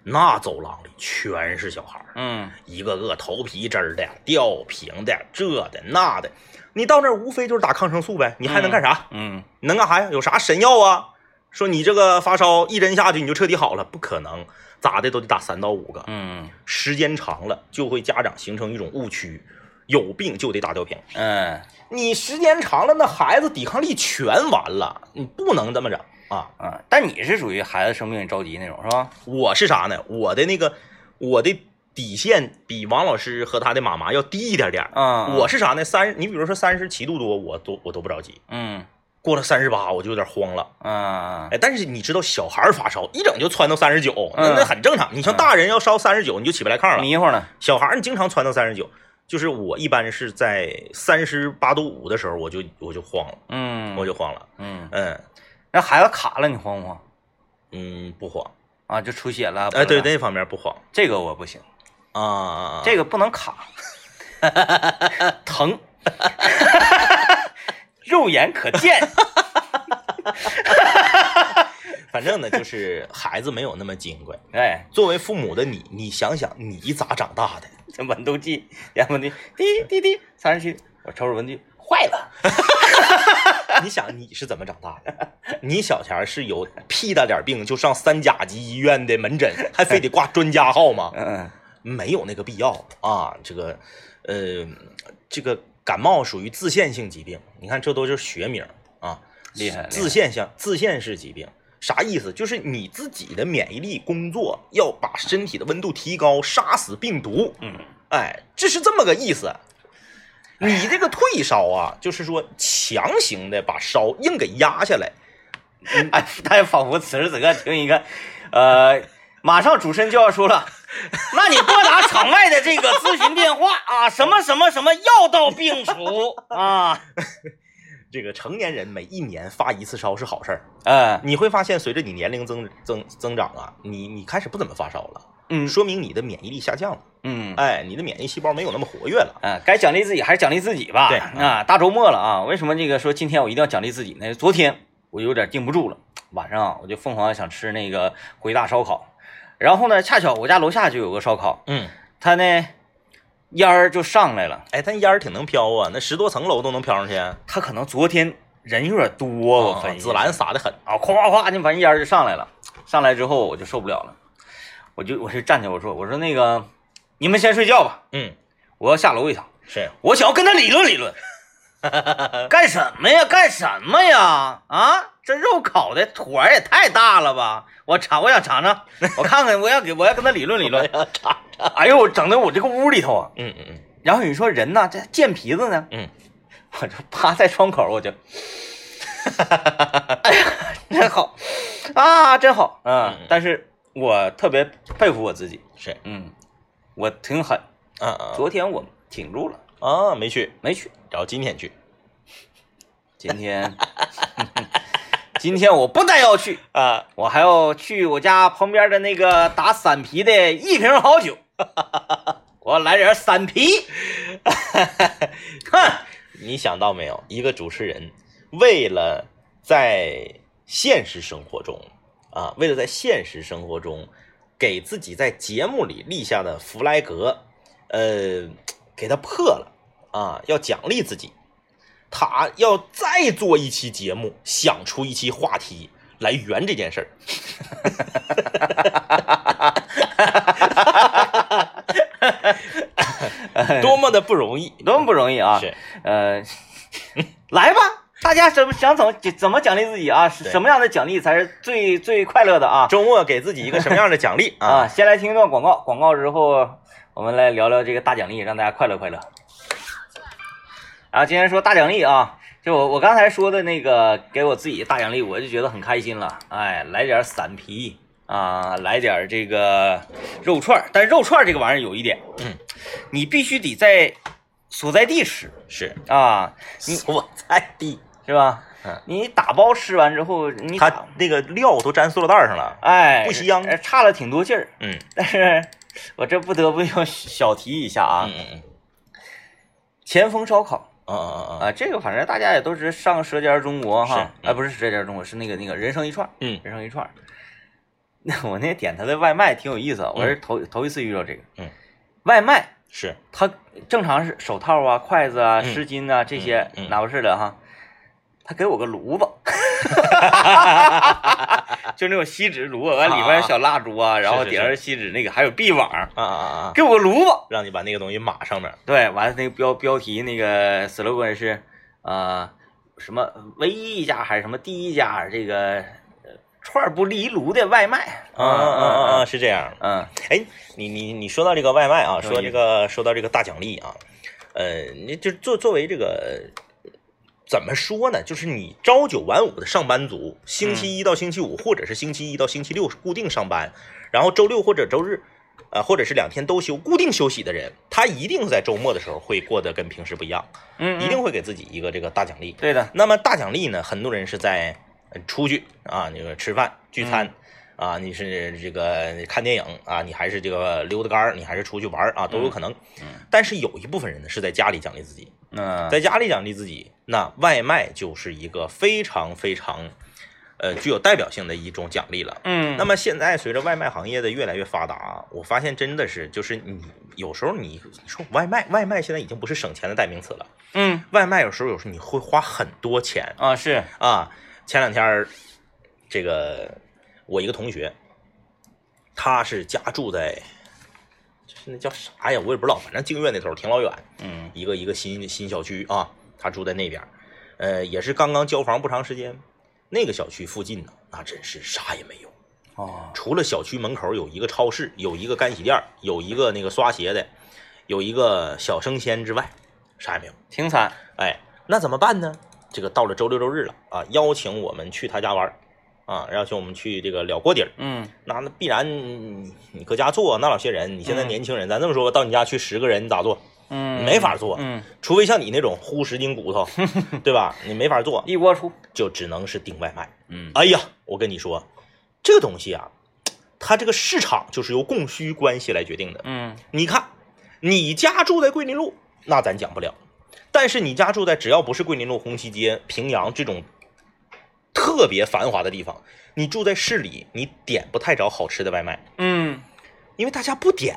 Speaker 1: 那走廊里全是小孩儿，
Speaker 2: 嗯
Speaker 1: 一个个头皮针儿的、吊瓶的、这的那的。你到那儿无非就是打抗生素呗，你还能干啥？
Speaker 2: 嗯
Speaker 1: 能干啥呀？有啥神药啊？说你这个发烧一针下去你就彻底好了？不可能，咋的都得打三到五个。
Speaker 2: 嗯
Speaker 1: 时间长了，就会家长形成一种误区，有病就得打吊瓶。
Speaker 2: 嗯
Speaker 1: 你时间长了，那孩子抵抗力全完了，你不能这么整啊！
Speaker 2: 啊，但你是属于孩子生病着急那种是吧？
Speaker 1: 我是啥呢？我的那个我的底线比王老师和他的妈妈要低一点点儿。
Speaker 2: 啊，
Speaker 1: 我是啥呢？三，你比如说三十七度多，我都我都不着急，
Speaker 2: 嗯
Speaker 1: 过了三十八我就有点慌了。
Speaker 2: 啊
Speaker 1: 哎，但是你知道小孩儿发烧一整就窜到三十九，那
Speaker 2: 嗯
Speaker 1: 那很正常。你像大人要烧三十九，你就起不来炕了。
Speaker 2: 迷糊了，
Speaker 1: 小孩儿你经常窜到三十九，就是我一般是在三十八度五的时候，我就我就慌了，
Speaker 2: 嗯
Speaker 1: 我就慌了。
Speaker 2: 嗯，
Speaker 1: 嗯
Speaker 2: 那孩子卡了你慌不慌？
Speaker 1: 嗯，不慌。
Speaker 2: 啊，就出血了，
Speaker 1: 哎，对
Speaker 2: 对，
Speaker 1: 那方面不慌
Speaker 2: 这个我不行，
Speaker 1: 啊啊啊！
Speaker 2: 这个不能卡， 疼， 肉眼可见，
Speaker 1: 反正呢，就是孩子没有那么金贵。
Speaker 2: 哎。
Speaker 1: 作为父母的你，你想想你咋长大的？
Speaker 2: 这温度计，然后呢，滴滴滴，三十七，我瞅瞅温度计坏了，
Speaker 1: 你想你是怎么长大的？你小前儿是有屁大点儿病就上三甲级医院的门诊，还非得挂专家号吗？
Speaker 2: 嗯
Speaker 1: 没有那个必要啊。这个，呃，这个感冒属于自限性疾病，你看这都就是学名啊，
Speaker 2: 厉害厉害
Speaker 1: 自限性自限式疾病。啥意思？就是你自己的免疫力工作要把身体的温度提高，杀死病毒。
Speaker 2: 嗯
Speaker 1: 哎，这是这么个意
Speaker 2: 哎
Speaker 1: 思。你这个退烧啊，就是说强行的把烧硬给压下来，
Speaker 2: 嗯，哎，但仿佛此时此刻听一个，呃，马上主持人就要说了， 那你拨打场外的这个咨询电话啊，什么什么什么药到病除啊，
Speaker 1: 这个成年人每一年发一次烧是好事儿，
Speaker 2: 哎，
Speaker 1: 你会发现随着你年龄增增增长啊，你你开始不怎么发烧了，
Speaker 2: 嗯
Speaker 1: 说明你的免疫力下降了，
Speaker 2: 嗯，
Speaker 1: 哎，你的免疫细胞没有那么活跃了。
Speaker 2: 啊，该奖励自己还是奖励自己吧。
Speaker 1: 对
Speaker 2: 啊，大周末了啊，为什么这个说今天我一定要奖励自己呢？昨天我有点定不住了，晚上啊我就疯狂地想吃那个回大烧烤，然后呢，恰巧我家楼下就有个烧烤，
Speaker 1: 嗯，
Speaker 2: 它呢烟儿就上来了，
Speaker 1: 哎，但烟儿挺能飘啊，那十多层楼都能飘上去。
Speaker 2: 它可能昨天人有点多，我
Speaker 1: 啊
Speaker 2: 分析
Speaker 1: 紫兰撒的很，
Speaker 2: 啊，夸夸夸，那完烟儿就上来了，上来之后我就受不了了，我就我就站起来我说我说那个你们先睡觉吧，
Speaker 1: 嗯，
Speaker 2: 我要下楼一趟。
Speaker 1: 是，
Speaker 2: 我想要跟他理论理 论。干什么呀？干什么呀？啊，这肉烤的坨儿也太大了吧！我尝，我想尝 尝，我看看，我要给我要跟他理论理论。哎呦，我整的我这个屋里头啊，
Speaker 1: 嗯嗯嗯，
Speaker 2: 然后你说人呐，这贱皮子呢？
Speaker 1: 嗯，
Speaker 2: 我就趴在窗口， 我就，哎呀，真好啊，真好啊！
Speaker 1: 嗯
Speaker 2: 但是我特别佩服我自己，
Speaker 1: 是，
Speaker 2: 嗯，我挺狠，
Speaker 1: 啊啊
Speaker 2: 昨天我挺住了，
Speaker 1: 啊，没去，
Speaker 2: 没去。
Speaker 1: 然后今天去
Speaker 2: 今天， 今天我不但要去，
Speaker 1: 啊，
Speaker 2: 我还要去我家旁边的那个打散啤的一瓶好酒， 我要来点散啤。 哼，
Speaker 1: 你想到没有？一个主持人为了在现实生活中啊，为了在现实生活中给自己在节目里立下的弗莱格，呃，给他破了啊，要奖励自己，他要再做一期节目，想出一期话题来圆这件事儿。多么的不容易，
Speaker 2: 多么不容易啊！
Speaker 1: 哎是
Speaker 2: 呃， 来吧，大家怎么想怎么怎么奖励自己啊？
Speaker 1: 对
Speaker 2: 什么样的奖励才是最最快乐的啊？
Speaker 1: 周末给自己一个什么样的奖 励啊？
Speaker 2: 啊，先来听一段广告，广告之后我们来聊聊这个大奖励，让大家快乐快乐。然后今天说大奖励啊，就我我刚才说的那个给我自己大奖励，我就觉得很开心了。哎，来点散皮啊，来点这个肉串儿，但是肉串儿这个玩意儿有一点，
Speaker 1: 嗯，
Speaker 2: 你必须得在所在地吃
Speaker 1: 是
Speaker 2: 啊，你
Speaker 1: 我在地，
Speaker 2: 是吧？
Speaker 1: 嗯
Speaker 2: 你打包吃完之后，你打
Speaker 1: 他那个料都沾塑料袋上了。
Speaker 2: 哎
Speaker 1: 不香
Speaker 2: 呃差了挺多劲儿。
Speaker 1: 嗯
Speaker 2: 但是我这不得不要小提一下啊，
Speaker 1: 嗯嗯
Speaker 2: 前锋烧烤
Speaker 1: 嗯嗯嗯
Speaker 2: 啊，这个反正大家也都是上《舌尖中国》哈，
Speaker 1: 是嗯
Speaker 2: 啊不是《舌尖中国》，是那个那个人生一串，
Speaker 1: 嗯
Speaker 2: 人生一串。 那我那天点他的外卖挺有意思啊，我是头头一次遇到这个，
Speaker 1: 嗯，
Speaker 2: 外卖
Speaker 1: 是
Speaker 2: 他正常是手套啊、筷子啊、
Speaker 1: 嗯
Speaker 2: 湿巾啊这些
Speaker 1: 嗯嗯
Speaker 2: 拿不是的哈，他给我个 炉子， 就那种锡纸炉，完里面有小蜡烛啊，然后
Speaker 1: 是
Speaker 2: 点上锡纸那个，还有壁网，
Speaker 1: 啊啊啊啊！
Speaker 2: 给我个炉子。
Speaker 1: 让你把那个东西码上面。
Speaker 2: 对，完了那个标标题那个 slogan 是呃什么唯一一家还是什么第一家这个呃串儿不离炉的外卖
Speaker 1: 啊啊啊啊！
Speaker 2: 啊
Speaker 1: 是这样。
Speaker 2: 嗯
Speaker 1: 哎，你你你说到这个外卖啊，
Speaker 2: 什么
Speaker 1: 说这个说到这个大奖励啊，呃，你就作作为这个怎么说呢？就是你朝九晚五的上班族，星期一到星期五，或者是星期一到星期六是固定上班，然后周六或者周日。呃，或者是两天都休，固定休息的人，他一定在周末的时候会过得跟平时不一样，
Speaker 2: 嗯，
Speaker 1: 一定会给自己一个这个大奖励。
Speaker 2: 对的，
Speaker 1: 那么大奖励呢，很多人是在呃出去啊，那个吃饭聚餐。
Speaker 2: 嗯
Speaker 1: 啊，你是这个看电影啊，你还是这个溜达杆儿，你还是出去玩儿啊，
Speaker 2: 嗯
Speaker 1: 都有可能。但是有一部分人呢是在家里奖励自己，
Speaker 2: 嗯，
Speaker 1: 在家里奖励自己，那外卖就是一个非常非常，呃，具有代表性的一种奖励了。
Speaker 2: 嗯，
Speaker 1: 那么现在随着外卖行业的越来越发达，我发现真的是就是你有时候你你说外卖，外卖现在已经不是省钱的代名词了，
Speaker 2: 嗯
Speaker 1: 外卖有时候有时候你会花很多钱，
Speaker 2: 啊是
Speaker 1: 啊，前两天儿这个我一个同学，他是家住在，就是那叫啥呀，我也不知道，反正净月那头儿挺老远，
Speaker 2: 嗯
Speaker 1: 一个一个新新小区啊，他住在那边儿，呃，也是刚刚交房不长时间。那个小区附近呢，那真是啥也没有，
Speaker 2: 哦
Speaker 1: 除了小区门口有一个超市，有一个干洗店儿，有一个那个刷鞋的，有一个小生鲜之外，啥也没有。
Speaker 2: 挺惨
Speaker 1: 哎，那怎么办呢？这个到了周六周日了啊，邀请我们去他家玩儿。啊，让兄我们去这个了锅底儿。
Speaker 2: 嗯
Speaker 1: 那那必然嗯你搁家做那老些人，你现在年轻人，咱这么说吧，到你家去十个人，你咋做？
Speaker 2: 嗯，
Speaker 1: 没法做，
Speaker 2: 嗯，
Speaker 1: 除非像你那种烀十斤 骨头，对吧？你没法做，
Speaker 2: 一锅出，
Speaker 1: 就只能是订外卖。
Speaker 2: 嗯
Speaker 1: 哎呀，我跟你说，这个东西啊，它这个市场就是由供需关系来决定的。
Speaker 2: 嗯
Speaker 1: 你看，你家住在桂林路，那咱讲不了；但是你家住在只要不是桂林路、红旗街、平阳这种特别繁华的地方，你住在市里，你点不太着好吃的外卖，
Speaker 2: 嗯，
Speaker 1: 因为大家不点。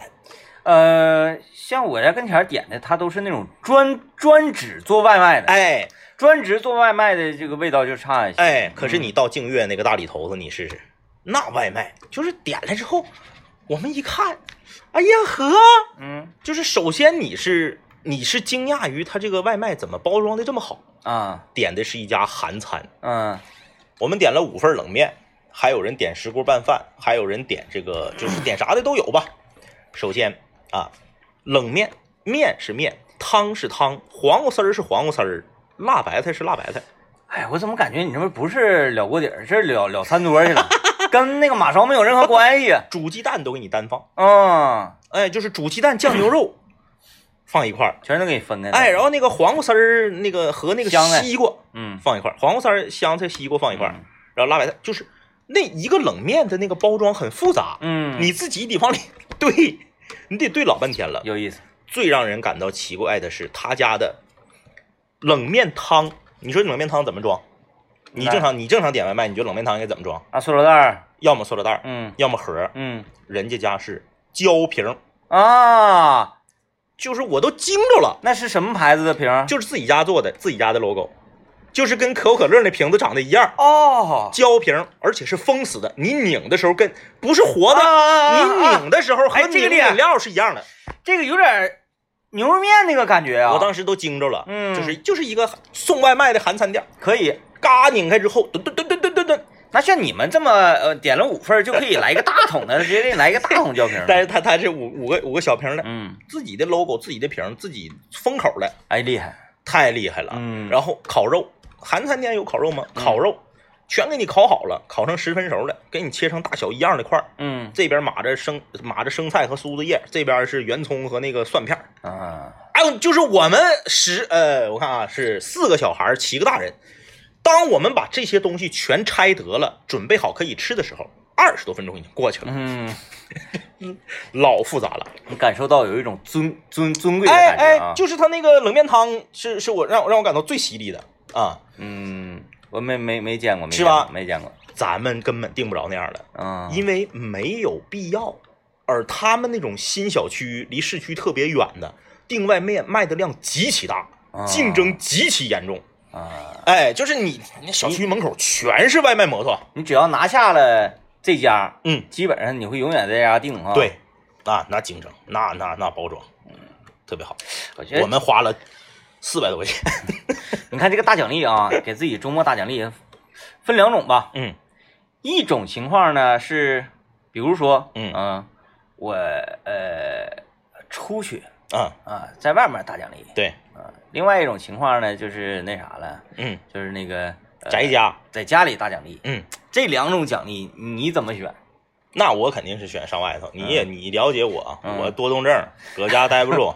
Speaker 2: 呃，像我在跟前儿点的，它都是那种专专指做外卖的，
Speaker 1: 哎
Speaker 2: 专职做外卖的这个味道就差一些。
Speaker 1: 哎，可是你到净月那个大里头子，你试试，那外卖就是点来之后，我们一看，哎呀呵，
Speaker 2: 嗯
Speaker 1: 就是首先你是你是惊讶于他这个外卖怎么包装的这么好，
Speaker 2: 啊
Speaker 1: 点的是一家韩餐。
Speaker 2: 嗯
Speaker 1: 我们点了五份冷面，还有人点石锅拌饭，还有人点这个就是点啥的都有吧。首先啊，冷面面是面，汤是汤，黄瓜丝儿是黄瓜丝儿，辣白菜是辣白菜。
Speaker 2: 哎，我怎么感觉你这边不是了锅底儿，这是了了餐桌去了，跟那个马勺没有任何关系。啊
Speaker 1: 煮鸡蛋都给你单放，
Speaker 2: 嗯，
Speaker 1: 哎，就是煮鸡蛋、酱牛 肉放一块儿，
Speaker 2: 全都给你分开了。
Speaker 1: 哎，，然后那个黄瓜丝儿那个和那个
Speaker 2: 嗯香哎
Speaker 1: 西瓜
Speaker 2: 嗯
Speaker 1: 放一块儿，黄瓜丝儿、香菜、西瓜放一块儿，
Speaker 2: 嗯
Speaker 1: 然后辣白菜就是那一个冷面的那个包装很复杂，
Speaker 2: 嗯，
Speaker 1: 你自己得往里 对，你得对老半天了。
Speaker 2: 有意思。
Speaker 1: 最让人感到奇怪的是他家的冷面汤，你说冷面汤怎么装？你
Speaker 2: 来
Speaker 1: 正常你正常点外卖，你觉得冷面汤应该怎么装？
Speaker 2: 啊，塑料袋儿，
Speaker 1: 要么塑料袋儿，
Speaker 2: 嗯
Speaker 1: 要么盒儿。
Speaker 2: 嗯
Speaker 1: 人家家是胶瓶儿，
Speaker 2: 啊，
Speaker 1: 就是我都惊着了，
Speaker 2: 那是什么牌子的瓶儿？
Speaker 1: 就是自己家做的，自己家的 logo，就是跟可口可乐那瓶子长得一样，
Speaker 2: 哦，
Speaker 1: 胶瓶儿，而且是封死的，你拧的时候跟不是活
Speaker 2: 啊
Speaker 1: 的，你拧的时候和
Speaker 2: 哎这
Speaker 1: 拧
Speaker 2: 个厉害
Speaker 1: 饮料是一样的。
Speaker 2: 这个有点儿牛肉面那个感觉啊。
Speaker 1: 我当时都惊着了，
Speaker 2: 嗯
Speaker 1: 就是就是一个送外卖的韩餐店，
Speaker 2: 可以，
Speaker 1: 嘎拧开之后，噔噔噔噔噔噔噔，
Speaker 2: 那像你们这么呃点了五份儿就可以来一个大桶的，直接给你来一个大桶胶 瓶儿。
Speaker 1: 但是它它是五五个五个小瓶的，
Speaker 2: 嗯，
Speaker 1: 自己的 logo，自己的瓶，自己封口的，
Speaker 2: 哎，厉害。
Speaker 1: 太厉害了。
Speaker 2: 嗯
Speaker 1: 然后烤肉，韩餐店有烤肉吗？烤肉全给你烤好了，烤成十分熟了，给你切成大小一样的块儿。
Speaker 2: 嗯
Speaker 1: 这边码着生码着生菜和苏子叶，这边是圆葱和那个蒜片儿。
Speaker 2: 啊，
Speaker 1: 哎呦，就是我们十呃，我看啊，是四个小孩儿，七个大人。当我们把这些东西全拆得了，准备好可以吃的时候，二十多分钟已经过去了，
Speaker 2: 嗯，
Speaker 1: 老复杂了。
Speaker 2: 你感受到有一种尊尊尊贵的
Speaker 1: 哎
Speaker 2: 感觉啊。
Speaker 1: 哎，就是他那个冷面汤是是我让让我感到最犀利的啊，
Speaker 2: 嗯，我没没没见过，没
Speaker 1: 是吧
Speaker 2: 见过没见过。
Speaker 1: 咱们根本订不着那样的，
Speaker 2: 啊，
Speaker 1: 因为没有必要。而他们那种新小区离市区特别远的，订外卖卖的量极其大，竞争极其严重。
Speaker 2: 嗯啊，
Speaker 1: 哎，就是你你小区门口全是外卖摩托，
Speaker 2: 你只要拿下了这家，
Speaker 1: 嗯，
Speaker 2: 基本上你会永远在这家啊定哈。，
Speaker 1: 对，那那竞争，那那那包装，
Speaker 2: 嗯
Speaker 1: 特别好。
Speaker 2: 我觉得
Speaker 1: 我们花了四百多块钱，
Speaker 2: 你看这个大奖励啊，给自己周末大奖励分两种吧。
Speaker 1: 嗯
Speaker 2: 一种情况呢是，比如说，
Speaker 1: 嗯
Speaker 2: 啊我呃出去
Speaker 1: 啊，
Speaker 2: 啊，在外面大奖励
Speaker 1: 对，
Speaker 2: 啊。另外一种情况呢就是那啥了，
Speaker 1: 嗯，
Speaker 2: 就是那个、呃、
Speaker 1: 宅家，
Speaker 2: 在家里大奖励。
Speaker 1: 嗯，
Speaker 2: 这两种奖励你怎么选？
Speaker 1: 那我肯定是选上外头。你也你了解我，啊
Speaker 2: 嗯
Speaker 1: 我多动症，搁家待不住，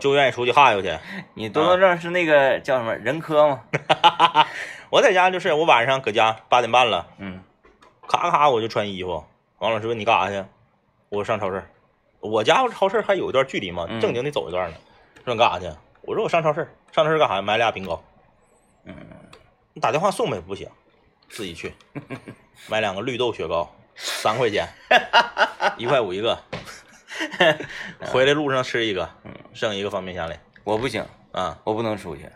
Speaker 1: 就愿意出去哈悠去。
Speaker 2: 你多
Speaker 1: 啊
Speaker 2: 动症是那个叫什么人科吗？
Speaker 1: 我在家就是我晚上搁家八点半了，
Speaker 2: 嗯
Speaker 1: 咔咔我就穿衣服。王老师问你干啥去？我说上超市。我家超市还有一段距离嘛，
Speaker 2: 嗯
Speaker 1: 正经得走一段呢。说你干啥去？我说我上超市，上超市干啥？买俩饼干。
Speaker 2: 嗯，
Speaker 1: 你打电话送呗，不行，自己 去买两个绿豆雪糕，三块 钱，一块五一 个。回来路上吃一个，剩一个方便面里
Speaker 2: 我不行，
Speaker 1: 啊。
Speaker 2: 我不能出去，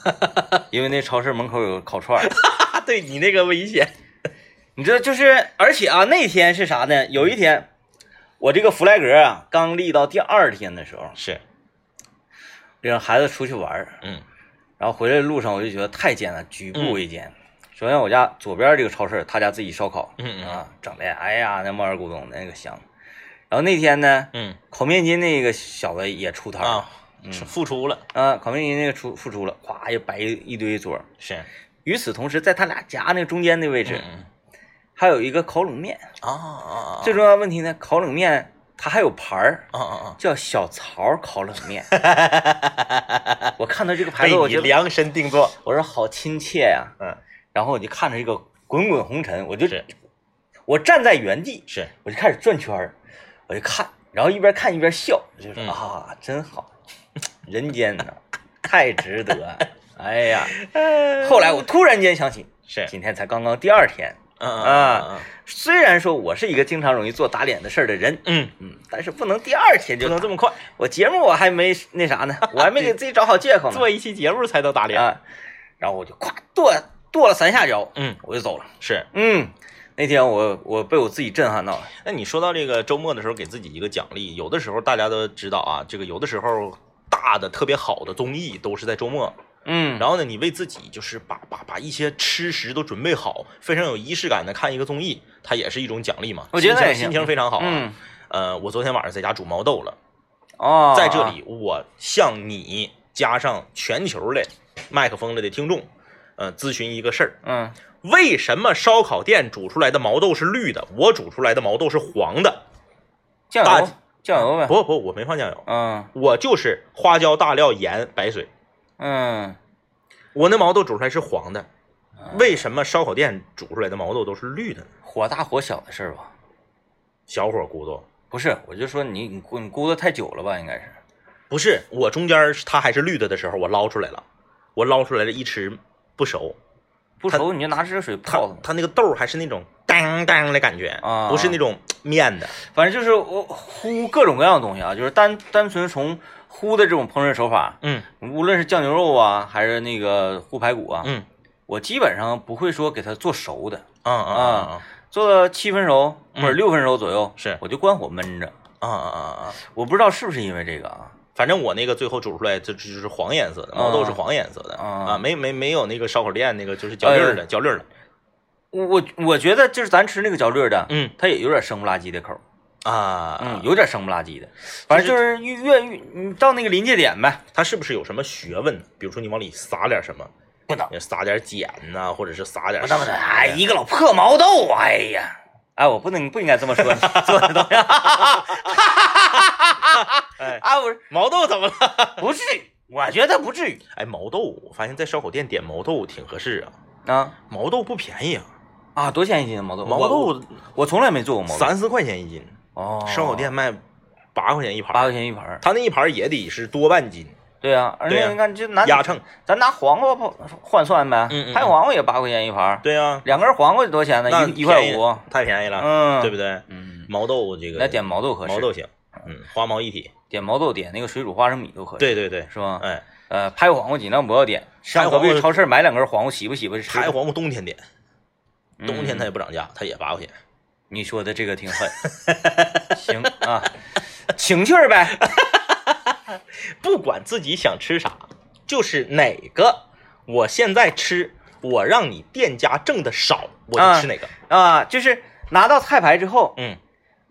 Speaker 2: 因为那超市门口有烤串儿。
Speaker 1: 啊，对你那个危险，
Speaker 2: 你知道，就是而且啊，那天是啥呢？有一天，我这个弗莱格啊，刚立到第二天的时候，
Speaker 1: 是，
Speaker 2: 领孩子出去玩儿，
Speaker 1: 嗯
Speaker 2: 然后回来的路上我就觉得太艰难，举步维艰。首先，我家左边这个超市，他家自己烧烤，
Speaker 1: 嗯嗯
Speaker 2: 啊，整的哎呀那冒烟咕咚的那个香。然后那天呢，
Speaker 1: 嗯
Speaker 2: 烤面筋那个小子也出摊儿
Speaker 1: 啊，是付出了，
Speaker 2: 啊，烤面筋那个出付出了，咵又摆一一堆桌儿。
Speaker 1: 是，
Speaker 2: 与此同时，在他俩夹那个中间的位置，
Speaker 1: 嗯
Speaker 2: 还有一个烤冷面。
Speaker 1: 啊啊啊！
Speaker 2: 最重要的问题呢，烤冷面它还有牌儿，
Speaker 1: 啊啊啊！
Speaker 2: 叫小曹烤冷 面。我看到这个牌
Speaker 1: 被
Speaker 2: 子，我
Speaker 1: 你
Speaker 2: 觉得
Speaker 1: 量身定做，
Speaker 2: 我说好亲切呀、
Speaker 1: 嗯，
Speaker 2: 然后我就看着这个滚滚红尘，我就是我站在原地，
Speaker 1: 是，
Speaker 2: 我就开始转圈儿，我就看，然后一边看一边笑，我就说、
Speaker 1: 嗯
Speaker 2: 啊，真好，人间呐，太值得。哎呀，后来我突然间想起，
Speaker 1: 是，
Speaker 2: 今天才刚刚第二天，
Speaker 1: 嗯
Speaker 2: 啊虽然说我是一个经常容易做打脸的事儿的人，
Speaker 1: 嗯，
Speaker 2: 嗯，但是不能第二天
Speaker 1: 不
Speaker 2: 就
Speaker 1: 能这么快，
Speaker 2: 我节目我还没那啥呢，我还没给自己找好借口 呢。
Speaker 1: 做一期节目才能打脸。
Speaker 2: 啊，然后我就咵跺跺了三下脚，
Speaker 1: 嗯，
Speaker 2: 我就走了。
Speaker 1: 是。
Speaker 2: 嗯，那天我我被我自己震撼到了。
Speaker 1: 那你说到这个周末的时候，给自己一个奖励，有的时候大家都知道啊，这个有的时候大的特别好的综艺都是在周末。
Speaker 2: 嗯，
Speaker 1: 然后呢，你为自己就是把把把一些吃食都准备好，非常有仪式感的看一个综艺，它也是一种奖励嘛。
Speaker 2: 我觉得
Speaker 1: 心
Speaker 2: 也
Speaker 1: 情
Speaker 2: 行
Speaker 1: 心情非常好啊。
Speaker 2: 嗯
Speaker 1: 呃，我昨天晚上在家煮毛豆了，
Speaker 2: 哦，
Speaker 1: 在这里我向你加上全球的麦克风里的听众，呃，咨询一个事儿：
Speaker 2: 嗯，
Speaker 1: 为什么烧烤店煮出来的毛豆是绿的，我煮出来的毛豆是黄的？
Speaker 2: 酱
Speaker 1: 大
Speaker 2: 油酱油呗。
Speaker 1: 不不，我没放酱油，
Speaker 2: 嗯
Speaker 1: 我就是花椒、大料、盐、白水。
Speaker 2: 嗯，
Speaker 1: 我那毛豆煮出来是黄的，为什么烧烤店煮出来的毛豆都是绿的呢？
Speaker 2: 火大火小的事儿吧？
Speaker 1: 小伙咕嘟，
Speaker 2: 不是，我就说你你估你估的太久了吧？应该是。
Speaker 1: 不是我中间儿它还是绿的的时候，我捞出来了，我捞出来了一吃不熟，
Speaker 2: 不
Speaker 1: 它
Speaker 2: 熟你就拿热水
Speaker 1: 它
Speaker 2: 泡它嘛，
Speaker 1: 它那个豆儿还是那种当当的感觉，
Speaker 2: 啊
Speaker 1: 不是那种面的，
Speaker 2: 反正就是我烀各种各样的东西啊，就是单单纯从烀的这种烹饪手法，
Speaker 1: 嗯
Speaker 2: 无论是酱牛肉啊，还是那个烀排骨啊，
Speaker 1: 嗯
Speaker 2: 我基本上不会说给它做熟的，
Speaker 1: 啊啊啊
Speaker 2: 做到七分熟或
Speaker 1: 嗯
Speaker 2: 者六分熟左右，
Speaker 1: 是
Speaker 2: 我就关火焖着。
Speaker 1: 啊啊啊啊！
Speaker 2: 我不知道是不是因为这个啊，
Speaker 1: 反正我那个最后煮出来就就是黄颜色的，毛豆是黄颜色的
Speaker 2: 啊哎
Speaker 1: 啊，没没没有那个烧烤店那个就是焦绿儿的焦绿儿的，
Speaker 2: 我我我觉得就是咱吃那个焦绿的，
Speaker 1: 嗯
Speaker 2: 它也有点生不拉几的口儿，
Speaker 1: 啊，
Speaker 2: 嗯，有点生不拉几的，反正就是越越越你到那个临界点呗，
Speaker 1: 它是不是有什么学问？比如说你往里撒点什么，
Speaker 2: 不能
Speaker 1: 也撒点碱呐、或者是撒点
Speaker 2: 不
Speaker 1: 啥
Speaker 2: 能
Speaker 1: 呀……
Speaker 2: 不能，哎，一个老破毛豆，哎呀，哎，我不能不应该这 么说，你做的东西，
Speaker 1: 哎，
Speaker 2: 啊，我
Speaker 1: 毛豆怎么了？
Speaker 2: 不至于，我觉得不至于
Speaker 1: 哎，毛豆，我发现在烧烤店点毛豆挺合适啊，
Speaker 2: 啊
Speaker 1: 毛豆不便宜啊，
Speaker 2: 啊，多钱一斤的毛豆？
Speaker 1: 毛
Speaker 2: 我，
Speaker 1: 豆
Speaker 2: 我从来没做过毛豆，
Speaker 1: 三四块钱一斤，
Speaker 2: 哦，
Speaker 1: 烧烤店卖八块钱一
Speaker 2: 八
Speaker 1: 盘，
Speaker 2: 块钱一盘儿，
Speaker 1: 他那一盘也得是多半斤，
Speaker 2: 对啊，而
Speaker 1: 对
Speaker 2: 且
Speaker 1: 啊
Speaker 2: 你看就拿
Speaker 1: 压秤，
Speaker 2: 咱拿黄瓜不换算呗，
Speaker 1: 嗯嗯
Speaker 2: 拍黄瓜也八块钱一盘儿，
Speaker 1: 对啊，
Speaker 2: 两根黄瓜多少钱呢？
Speaker 1: 那
Speaker 2: 一一块
Speaker 1: 便宜
Speaker 2: 五，
Speaker 1: 太便宜了，
Speaker 2: 嗯
Speaker 1: 对不对？
Speaker 2: 嗯，
Speaker 1: 毛豆这个
Speaker 2: 那点毛豆合适，
Speaker 1: 毛豆行，嗯，花毛一体，
Speaker 2: 点毛豆点那个水煮花生米都合适，
Speaker 1: 对对对，
Speaker 2: 是吧？
Speaker 1: 哎，
Speaker 2: 呃，拍黄瓜尽量不要点，上
Speaker 1: 黄
Speaker 2: 隔
Speaker 1: 瓜
Speaker 2: 壁超市买两根黄瓜洗不洗吧？
Speaker 1: 柴黄瓜冬天点，
Speaker 2: 嗯
Speaker 1: 冬天它也不涨价，它也八块钱。
Speaker 2: 你说的这个 挺狠，行啊，请趣儿呗，
Speaker 1: 不管自己想吃啥，就是哪个我现在吃，我让你店家挣的少，我就吃哪个。
Speaker 2: 啊，就是拿到菜牌之后，
Speaker 1: 嗯，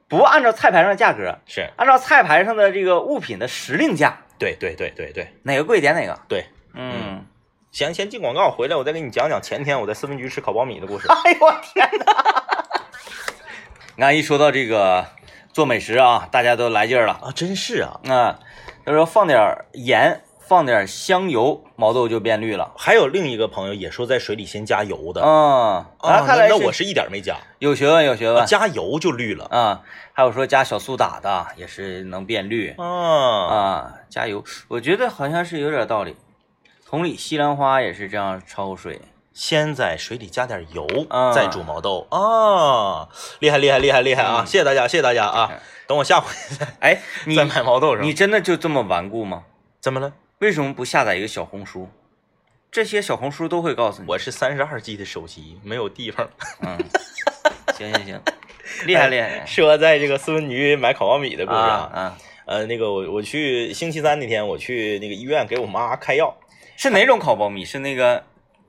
Speaker 2: 不按照菜牌上的价格，
Speaker 1: 是
Speaker 2: 按照菜牌上的这个物品的时令价，
Speaker 1: 对对对对对
Speaker 2: 哪个贵点哪个，
Speaker 1: 对。
Speaker 2: 嗯。
Speaker 1: 行，先进广告，回来我再给你讲讲前天我在四分局吃烤苞米的 故事。
Speaker 2: 哎呦我天哪！ 你看一说到这个做美食啊，大家都来劲儿了
Speaker 1: 啊，真是啊，
Speaker 2: 啊。他说放点儿盐，放点儿香油，毛豆就变绿了。嗯
Speaker 1: 还有另一个朋友也说在水里先加油的。
Speaker 2: 啊，啊，看
Speaker 1: 哦那
Speaker 2: 来
Speaker 1: 那我
Speaker 2: 是
Speaker 1: 是
Speaker 2: 啊
Speaker 1: 一点没加，
Speaker 2: 有学问，有学问
Speaker 1: 加油就绿了
Speaker 2: 啊。还有说加小苏打的也是能变绿
Speaker 1: 啊。
Speaker 2: 啊，加油，我觉得好像是有点道理。同理，西兰花也是这样焯水。
Speaker 1: 先在水里加点油，
Speaker 2: 啊
Speaker 1: 再煮毛豆啊，厉害厉害厉害厉害啊！
Speaker 2: 嗯
Speaker 1: 谢谢大家，谢谢大家啊！等我下回再
Speaker 2: 哎，你
Speaker 1: 再买毛豆是吧？
Speaker 2: 你真的就这么顽固吗？
Speaker 1: 怎么了？
Speaker 2: 为什么不下载一个小红书？这些小红书都会告诉你。
Speaker 1: 我是三十二 G 的手机，没有地方。
Speaker 2: 嗯，行行行，厉害厉害厉 害
Speaker 1: 说在这个四分局买烤苞米的故事
Speaker 2: 啊
Speaker 1: 啊，
Speaker 2: 啊！
Speaker 1: 呃，那个我我去星期三那天我去那个医院给我妈开药，
Speaker 2: 是哪种烤苞米？是那个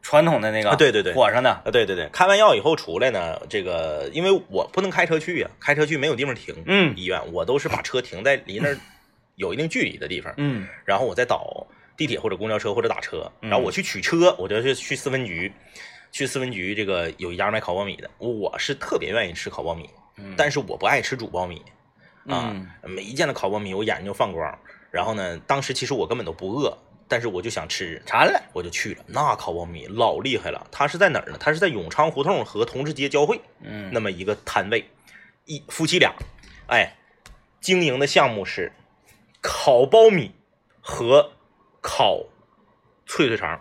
Speaker 2: 传统的那个？
Speaker 1: 啊对对对
Speaker 2: 火上的。
Speaker 1: 啊对对对，开完药以后出来呢，这个因为我不能开车去呀、开车去没有地方停，
Speaker 2: 嗯
Speaker 1: 医院我都是把车停在离那儿有一定距离的地方，
Speaker 2: 嗯
Speaker 1: 然后我再倒地铁或者公交车或者打车，
Speaker 2: 嗯
Speaker 1: 然后我去取车，我就去去四分局。去四分局这个有一家卖烤苞米的，我是特别愿意吃烤苞米，
Speaker 2: 嗯
Speaker 1: 但是我不爱吃煮苞米啊
Speaker 2: 嗯。
Speaker 1: 每一见到烤苞米，我眼睛就放光。然后呢，当时其实我根本都不饿，但是我就想吃，
Speaker 2: 馋了，
Speaker 1: 我就去了。那烤苞米老厉害了，它是在哪儿呢？它是在永昌胡同和同志街交汇
Speaker 2: 嗯
Speaker 1: 那么一个摊位，一夫妻俩，哎，经营的项目是烤苞米和烤脆脆肠。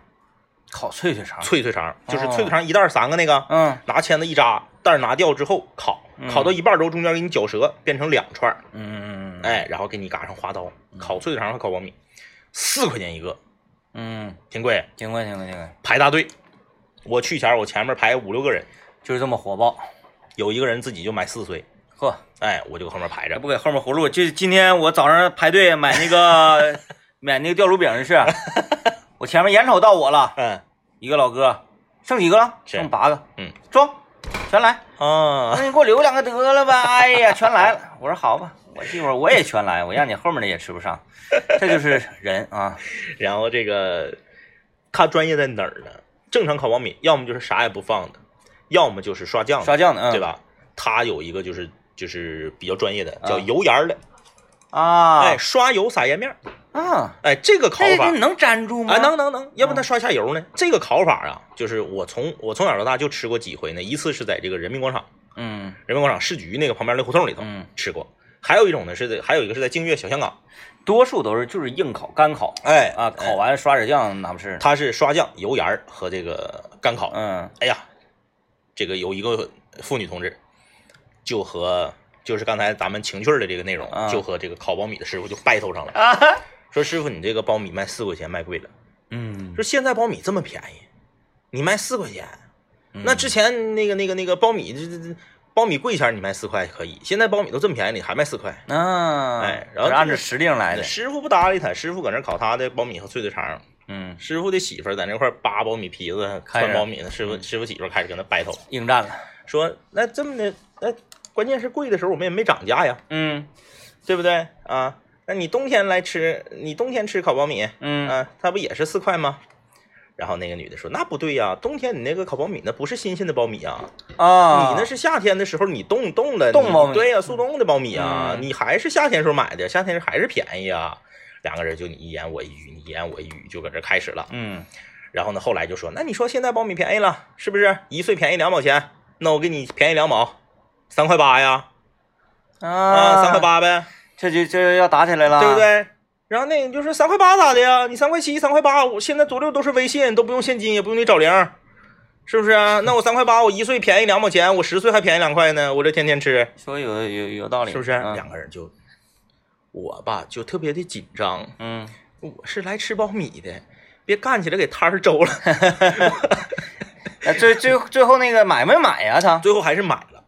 Speaker 2: 烤脆脆肠，
Speaker 1: 脆脆肠，就是
Speaker 2: 啊哦
Speaker 1: 脆脆肠一袋儿三个那个，
Speaker 2: 嗯
Speaker 1: 拿签子一扎，袋儿拿掉之后烤，
Speaker 2: 嗯
Speaker 1: 烤到一半儿之后中间给你绞折，变成两串儿，
Speaker 2: 嗯嗯嗯
Speaker 1: 哎，然后给你嘎上花刀，烤脆脆肠和烤苞米，四块钱一个，
Speaker 2: 嗯，
Speaker 1: 挺贵，
Speaker 2: 听过听过听过，
Speaker 1: 排大队。我去前儿我前面排五六个人，
Speaker 2: 就是这么火爆。
Speaker 1: 有一个人自己就买四岁，
Speaker 2: 呵，
Speaker 1: 哎，我就搁后面排
Speaker 2: 这
Speaker 1: 着
Speaker 2: 不。给后面葫芦，就是今天我早上排队买那 个买那个吊炉饼的是，啊 我前面眼瞅到我了，
Speaker 1: 嗯
Speaker 2: 一个老哥，剩几个了？
Speaker 1: 是
Speaker 2: 剩八个，
Speaker 1: 嗯，
Speaker 2: 装，全来。
Speaker 1: 啊
Speaker 2: 那你给我留两个得了呗！哎呀，全来了。我说好吧，我一会儿我也全来，我让你后面的也吃不上。这就是人啊，
Speaker 1: 然后这个他专业在哪儿呢？正常烤苞米，要么就是啥也不放的，要么就是刷酱的。
Speaker 2: 刷酱的，嗯，
Speaker 1: 对？吧？他有一个就是就是比较专业的，
Speaker 2: 啊
Speaker 1: 叫油盐儿的，
Speaker 2: 啊，
Speaker 1: 哎，刷油撒盐面儿，
Speaker 2: 啊，
Speaker 1: 哎，这个烤
Speaker 2: 这啊
Speaker 1: 法
Speaker 2: 这，能粘住吗？
Speaker 1: 哎，能能能，要不他刷一下油呢？这个烤法啊，就是我从我从小到大就吃过几回呢，一次是在这个人民广场，
Speaker 2: 嗯
Speaker 1: 人民广场市局那个旁边那胡同里头
Speaker 2: 嗯，
Speaker 1: 吃过，还有一种呢是在还有一个是在净月小香港，
Speaker 2: 多数都是就是硬烤、干烤
Speaker 1: 哎
Speaker 2: 啊，烤完刷点酱拿不吃。
Speaker 1: 它是刷酱、油盐儿和这个干烤，
Speaker 2: 嗯
Speaker 1: 哎呀，这个有一个妇女同志，就和就是刚才咱们情趣儿的这个内容，
Speaker 2: 啊
Speaker 1: 就和这个烤苞米的师傅就 battle 上了，
Speaker 2: 啊，
Speaker 1: 说师傅你这个苞米卖四块钱卖贵了，
Speaker 2: 嗯，
Speaker 1: 说现在苞米这么便宜，你卖四块钱，
Speaker 2: 嗯
Speaker 1: 那之前那个那个那个苞米这这这苞米贵钱儿你卖四块可以，现在苞米都这么便宜，你还卖四块？
Speaker 2: 啊，
Speaker 1: 哎然后
Speaker 2: 是按
Speaker 1: 就
Speaker 2: 照
Speaker 1: 是
Speaker 2: 时令来的，
Speaker 1: 哎师傅不搭理他，师傅搁那儿烤他的苞米和脆脆肠，
Speaker 2: 嗯，
Speaker 1: 师傅的媳妇儿在那块儿扒苞米皮子、
Speaker 2: 开嗯
Speaker 1: 穿
Speaker 2: 始
Speaker 1: 苞米呢，师傅师傅媳妇儿开始跟他 battle。
Speaker 2: 应战了，
Speaker 1: 说那这么的，那关键是贵的时候我们也没涨价呀，
Speaker 2: 嗯
Speaker 1: 对不对啊？那你冬天来吃，你冬天吃烤苞米，
Speaker 2: 嗯
Speaker 1: 啊，它不也是四块吗？然后那个女的说：“那不对呀，冬天你那个烤苞米那不是新鲜的苞米啊，
Speaker 2: 啊，
Speaker 1: 你那是夏天的时候你冻冻的
Speaker 2: 冻
Speaker 1: 你
Speaker 2: 苞米
Speaker 1: 对呀、速冻的苞米啊，
Speaker 2: 嗯
Speaker 1: 你还是夏天时候买的，夏天还是便宜啊。”两个人就你一言我一语，你一言我一语，就搁这开始了。
Speaker 2: 嗯
Speaker 1: 然后呢，后来就说，那你说现在苞米便宜了，是不是一岁便宜两毛钱？那我给你便宜两毛，三块八呀，
Speaker 2: 啊，
Speaker 1: 三块，八呗，
Speaker 2: 这就这要打起来了，
Speaker 1: 对不？对？然后那你就说三块八咋的呀？你三块七、三块八，我现在左右都是微信，都不用现金，也不用你找零，是不是啊？那我三块八，我一岁便宜两毛钱，我十岁还便宜两块呢，我这天天吃，
Speaker 2: 说有有有道理，
Speaker 1: 是不是？
Speaker 2: 嗯
Speaker 1: 两个人就，我吧就特别的紧张，
Speaker 2: 嗯，
Speaker 1: 我是来吃苞米的，别干起来给摊儿周了。
Speaker 2: 那哎最最最后那个买没买呀？他
Speaker 1: 最后还是买了，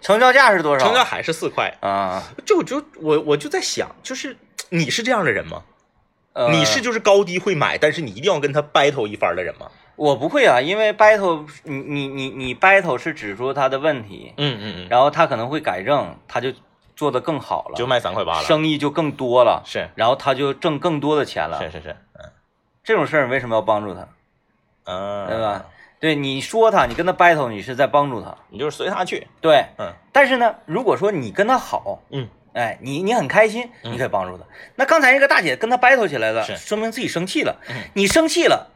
Speaker 2: 成交价是多少？
Speaker 1: 成交还是四块。
Speaker 2: 啊，
Speaker 1: 就就我我就在想，就是你是这样的人吗？
Speaker 2: 呃
Speaker 1: 你是就是高低会买，但是你一定要跟他 battle 一番的人吗？
Speaker 2: 我不会啊，因为 battle，你你你你 battle 是指出他的问题，
Speaker 1: 嗯嗯嗯，
Speaker 2: 然后他可能会改正，他就做得更好了，
Speaker 1: 就卖三块八了，
Speaker 2: 生意就更多了，
Speaker 1: 是
Speaker 2: 然后他就挣更多的钱了
Speaker 1: 是。是是，嗯
Speaker 2: 这种事儿你为什么要帮助他，
Speaker 1: 嗯，
Speaker 2: 对吧？？对，你说他，你跟他 battle，你是在帮助他，
Speaker 1: 你就是随他去，
Speaker 2: 对。
Speaker 1: 嗯
Speaker 2: 但是呢，如果说你跟他好，
Speaker 1: 嗯，
Speaker 2: 哎，你你很开心，
Speaker 1: 嗯
Speaker 2: 你可以帮助他。那刚才那个大姐跟他 battle 起来了，
Speaker 1: 是
Speaker 2: 说明自己生气了。
Speaker 1: 嗯
Speaker 2: 你生气了，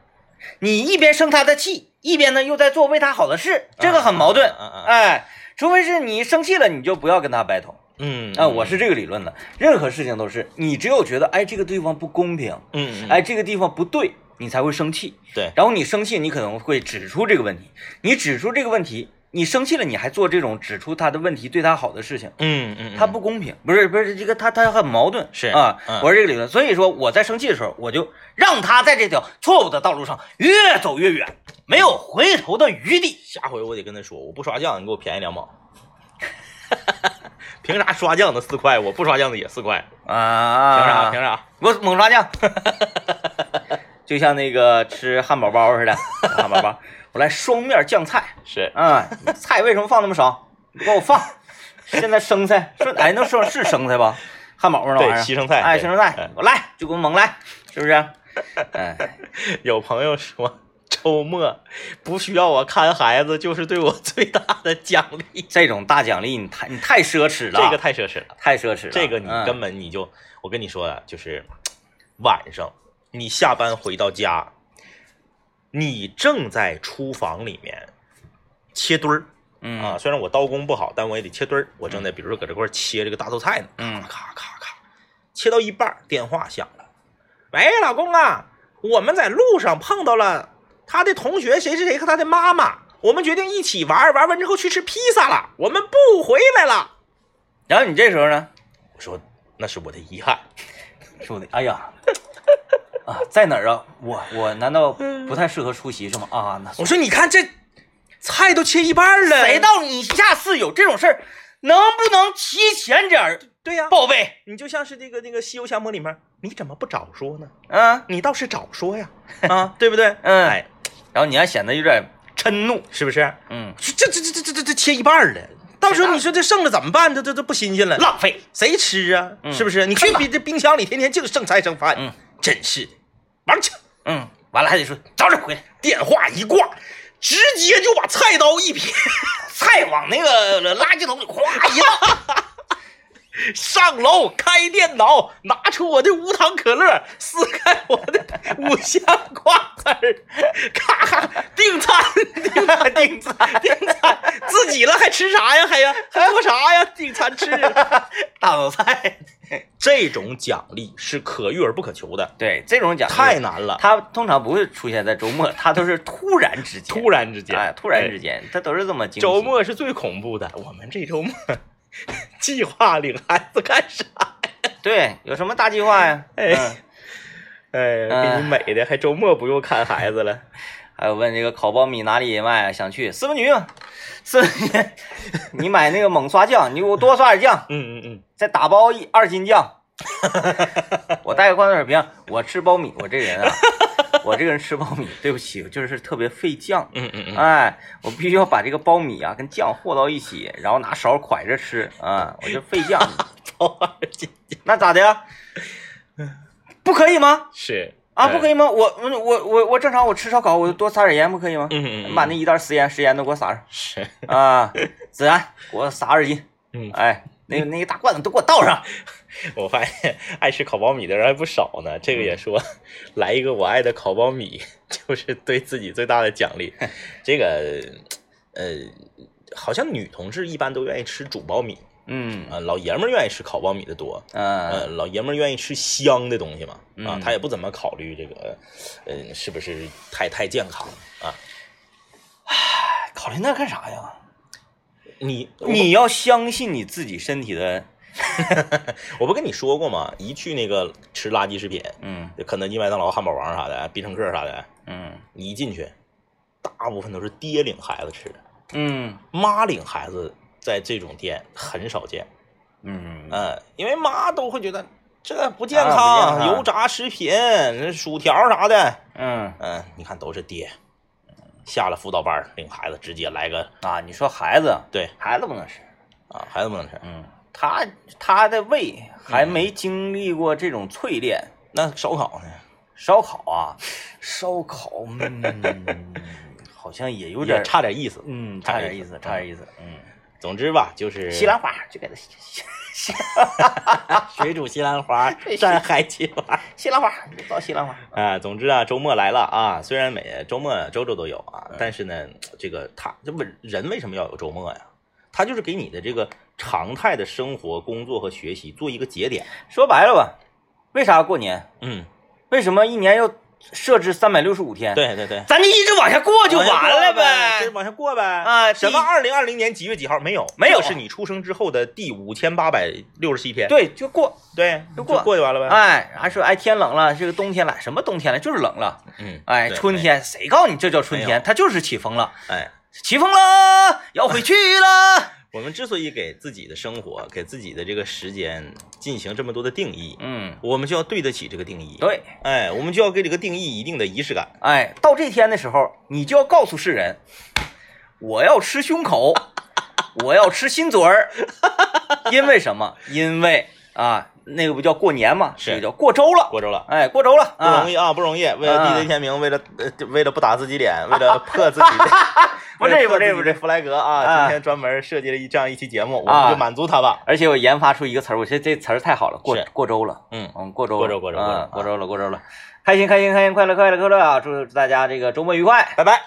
Speaker 2: 你一边生他的气，一边呢又在做为他好的事，这个很矛盾。
Speaker 1: 嗯嗯嗯
Speaker 2: 哎，除非是你生气了，你就不要跟他 battle。
Speaker 1: 嗯
Speaker 2: 啊，我是这个理论的，任何事情都是，你只有觉得哎这个地方不公平，
Speaker 1: 嗯嗯
Speaker 2: 哎这个地方不对，你才会生气。
Speaker 1: 对，
Speaker 2: 然后你生气，你可能会指出这个问题。你指出这个问题，你生气了，你还做这种指出他的问题、对他好的事情，
Speaker 1: 嗯嗯，
Speaker 2: 他不公平，不是不是这个他他很矛盾，
Speaker 1: 是
Speaker 2: 啊
Speaker 1: 嗯，
Speaker 2: 我是这个理论。所以说我在生气的时候，我就让他在这条错误的道路上越走越远，没有回头的余地。
Speaker 1: 下回我得跟他说，我不刷酱，你给我便宜两毛。 凭啥刷酱的四块，我不刷酱的也四块？凭啥？
Speaker 2: 啊
Speaker 1: 凭啥？
Speaker 2: 我猛刷酱， 就像那个吃汉堡包似的，汉堡包，我来双面酱菜。
Speaker 1: 是
Speaker 2: 啊，菜为什么放那么少？你给我放！现在生菜，说哎，那说是生菜吧？汉堡那玩意儿，
Speaker 1: 对西生菜
Speaker 2: 哎，
Speaker 1: 对
Speaker 2: 西生菜
Speaker 1: 嗯，
Speaker 2: 我来，就给我猛来，是不是？哎，
Speaker 1: 有朋友说。周末不需要我看孩子，就是对我最大的奖励。
Speaker 2: 这种大奖励你太你太奢侈了，
Speaker 1: 这个太奢侈了，
Speaker 2: 太奢侈了。
Speaker 1: 这个你
Speaker 2: 嗯
Speaker 1: 根本你就，我跟你说啊，就是晚上你下班回到家，你正在厨房里面切墩儿
Speaker 2: 嗯
Speaker 1: 啊，虽然我刀工不好，但我也得切墩儿。我正在比如说搁这块儿切这个大头菜呢，
Speaker 2: 嗯
Speaker 1: 咔咔咔，切到一半儿，电话响了。喂，老公啊，我们在路上碰到了他的同学谁谁谁和他的妈妈，我们决定一起玩儿，玩完之后去吃披萨了，我们不回来了。
Speaker 2: 然后你这时候呢，
Speaker 1: 我说那是我的遗憾，
Speaker 2: 说的，哎呀， 啊，在哪儿啊？我我难道不太适合出席是吗？啊，那
Speaker 1: 我说你看这菜都切一半儿了，
Speaker 2: 谁到你下次有这种事儿，能不能提前点儿
Speaker 1: 对呀、
Speaker 2: 报备？
Speaker 1: 你就像是这个那个《西游降魔》里面，你怎么不早说呢？
Speaker 2: 嗯
Speaker 1: 你倒是早说呀， 啊，对不对？
Speaker 2: 嗯
Speaker 1: 哎，
Speaker 2: 然后你还显得有点嗔怒，
Speaker 1: 是不是？
Speaker 2: 嗯，
Speaker 1: 这这这这这这这切一半儿了，到时候你说这剩了怎么办？这这这不新鲜了，
Speaker 2: 浪费。
Speaker 1: 谁吃啊？是不是？你
Speaker 2: 嗯去吧
Speaker 1: 看比这冰箱里天天净剩菜剩饭，
Speaker 2: 嗯，
Speaker 1: 真是的，玩去！
Speaker 2: 嗯，完了还得说早点回来，
Speaker 1: 电话一挂，直接就把菜刀一撇，
Speaker 2: 菜往那个垃圾桶里咵一倒，
Speaker 1: 上楼开电脑，拿出我的无糖可乐，撕开我的五香瓜子儿，咔咔订餐， 订 餐，订餐，订餐，自己了还吃啥呀？还呀，还喝啥呀？订餐吃。
Speaker 2: 大头菜。
Speaker 1: 这种奖励是可遇而不可求的，
Speaker 2: 对，这种奖励
Speaker 1: 太难 了，
Speaker 2: 它通常不会出现在周末，它都是突然之间，
Speaker 1: 突然之间，
Speaker 2: 哎，突然之间，它都是这么惊喜
Speaker 1: 周末是最恐怖的。我们这周末 计划领孩子干啥？
Speaker 2: 对，有什么大计划呀？
Speaker 1: 哎
Speaker 2: 嗯，
Speaker 1: 哎，给你美的，还周末不用看孩子了。
Speaker 2: 还有问这个烤苞米哪里卖？想去四分局吗？ 四分局， 你买那个猛刷酱，你给我多刷点酱，
Speaker 1: 嗯嗯嗯，
Speaker 2: 再打包一二斤酱。 我带个矿泉水瓶，我吃苞米，我 这人啊，我这个人吃苞米，对不起，我就是特别费酱。
Speaker 1: 嗯嗯嗯，
Speaker 2: 哎，我必须要把这个苞米啊跟酱和到一起，然后拿勺㧟着吃啊、我就费酱。
Speaker 1: 包
Speaker 2: 啊
Speaker 1: 二斤
Speaker 2: 那咋的呀？不可以吗？
Speaker 1: 是
Speaker 2: 啊，不可
Speaker 1: 以。
Speaker 2: 以吗？我我我我我正常我吃烧烤，我多撒点盐不可以吗？
Speaker 1: 嗯嗯嗯，
Speaker 2: 把那一袋食盐食盐都给我撒上
Speaker 1: 是，
Speaker 2: 啊，孜然给我撒二斤，
Speaker 1: 嗯，
Speaker 2: 哎，那个那个大罐子都给我 倒上，
Speaker 1: 我发现爱吃烤苞米的人还不少呢。这个也说，
Speaker 2: 嗯
Speaker 1: 来一个我爱的烤苞米， 就是对自己最大的奖励。 这个，呃，好像女同志一般都愿意吃煮苞米，
Speaker 2: 嗯
Speaker 1: 啊，老爷们儿愿意吃烤苞米的多，呃，
Speaker 2: 嗯
Speaker 1: 老爷们儿愿意吃香的东西嘛，啊
Speaker 2: 嗯，
Speaker 1: 他也不怎么考虑这个，呃，是不是太太健康啊？
Speaker 2: 哎考虑那干啥呀？
Speaker 1: 你
Speaker 2: 你要相信你自己身体的，
Speaker 1: 我不跟你说过吗？一去那个吃垃圾食品，
Speaker 2: 嗯
Speaker 1: 就肯德基、麦当劳、汉堡王啥的，必胜客啥的，
Speaker 2: 嗯
Speaker 1: 你一进去，大部分都是爹领孩子吃的，
Speaker 2: 嗯
Speaker 1: 妈领孩子在这种店很少见，
Speaker 2: 嗯，
Speaker 1: 嗯，因为妈都会觉得这不健
Speaker 2: 啊
Speaker 1: 康，
Speaker 2: 不健康
Speaker 1: 油炸食品、那薯条啥的，
Speaker 2: 嗯
Speaker 1: 嗯，你看都是爹，嗯下了辅导班儿领孩子直接来个
Speaker 2: 啊，你说孩子，
Speaker 1: 对
Speaker 2: 孩子不能吃，
Speaker 1: 啊，孩子不能吃，
Speaker 2: 嗯，他他的胃
Speaker 1: 嗯
Speaker 2: 还没经历过这种淬炼，
Speaker 1: 那烧烤呢？
Speaker 2: 烧烤啊，烧烤，嗯， 好像也有点
Speaker 1: 也，差点意思。
Speaker 2: 嗯，
Speaker 1: 差
Speaker 2: 差
Speaker 1: 点
Speaker 2: 点
Speaker 1: 意
Speaker 2: 意
Speaker 1: 思
Speaker 2: 思，差点意思，嗯，
Speaker 1: 总之吧，就是
Speaker 2: 西兰花就给它西西
Speaker 1: 水煮西兰 花蘸海青花
Speaker 2: 西兰花，你造西兰花，
Speaker 1: 啊。总之啊，周末来了啊，虽然每周末周周都有啊，
Speaker 2: 嗯
Speaker 1: 但是呢，这个他这不人为什么要有周末呀？他就是给你的这个常态的生活、工作和学习做一个节点。
Speaker 2: 说白了吧，为啥过年？
Speaker 1: 嗯，
Speaker 2: 为什么一年要设置三百六十五天？，
Speaker 1: 对对对，
Speaker 2: 咱就一直往下过 就完了
Speaker 1: 这往下过呗
Speaker 2: 啊
Speaker 1: 什么
Speaker 2: 第
Speaker 1: 二零二零年几月几号没有？
Speaker 2: 没有啊
Speaker 1: 这是你出生之后的第五千八百六十七天。
Speaker 2: 对，就过，
Speaker 1: 对，
Speaker 2: 就
Speaker 1: 就
Speaker 2: 过
Speaker 1: 过就完了呗。
Speaker 2: 哎，还说哎天冷了，这个冬天来，什么冬天了，就是冷了，
Speaker 1: 嗯，
Speaker 2: 哎，
Speaker 1: 对
Speaker 2: 春，天谁告诉你这叫春
Speaker 1: 没有
Speaker 2: 天？它就是起风了，
Speaker 1: 哎，
Speaker 2: 起风了，要回去了，
Speaker 1: 我们之所以给自己的生活、给自己的这个时间进行这么多的定义，
Speaker 2: 嗯，
Speaker 1: 我们就要对得起这个定义。，
Speaker 2: 对。
Speaker 1: 哎，我们就要给这个定义一定的仪式感。
Speaker 2: 哎，到这天的时候，你就要告诉世人，我要吃 胸口，我要吃心嘴儿，因为什么？因为啊，那个不叫过年嘛，
Speaker 1: 是
Speaker 2: 这个叫过周了，
Speaker 1: 过周了。
Speaker 2: 哎，过周了
Speaker 1: 不容
Speaker 2: 啊！
Speaker 1: 易啊，不容易！为了
Speaker 2: 啊
Speaker 1: DJ 天明，为了呃为了不打自己脸，为了破自己，
Speaker 2: 不至于 不
Speaker 1: 为
Speaker 2: 至于
Speaker 1: 了破自己
Speaker 2: 不至于
Speaker 1: 弗莱格
Speaker 2: 啊
Speaker 1: 啊，今天专门设计了一这样一期节目，我
Speaker 2: 啊
Speaker 1: 们就满足他吧。
Speaker 2: 而且我研发出一个词儿，我觉得这词儿太好了，过
Speaker 1: 是
Speaker 2: 过周了，
Speaker 1: 嗯，
Speaker 2: 嗯，过周
Speaker 1: 过
Speaker 2: 了
Speaker 1: 周过周
Speaker 2: 啊
Speaker 1: 过
Speaker 2: 过周了，过周了，开心开心开心，快乐快乐快乐啊！祝大家这个周末愉快，
Speaker 1: 拜拜。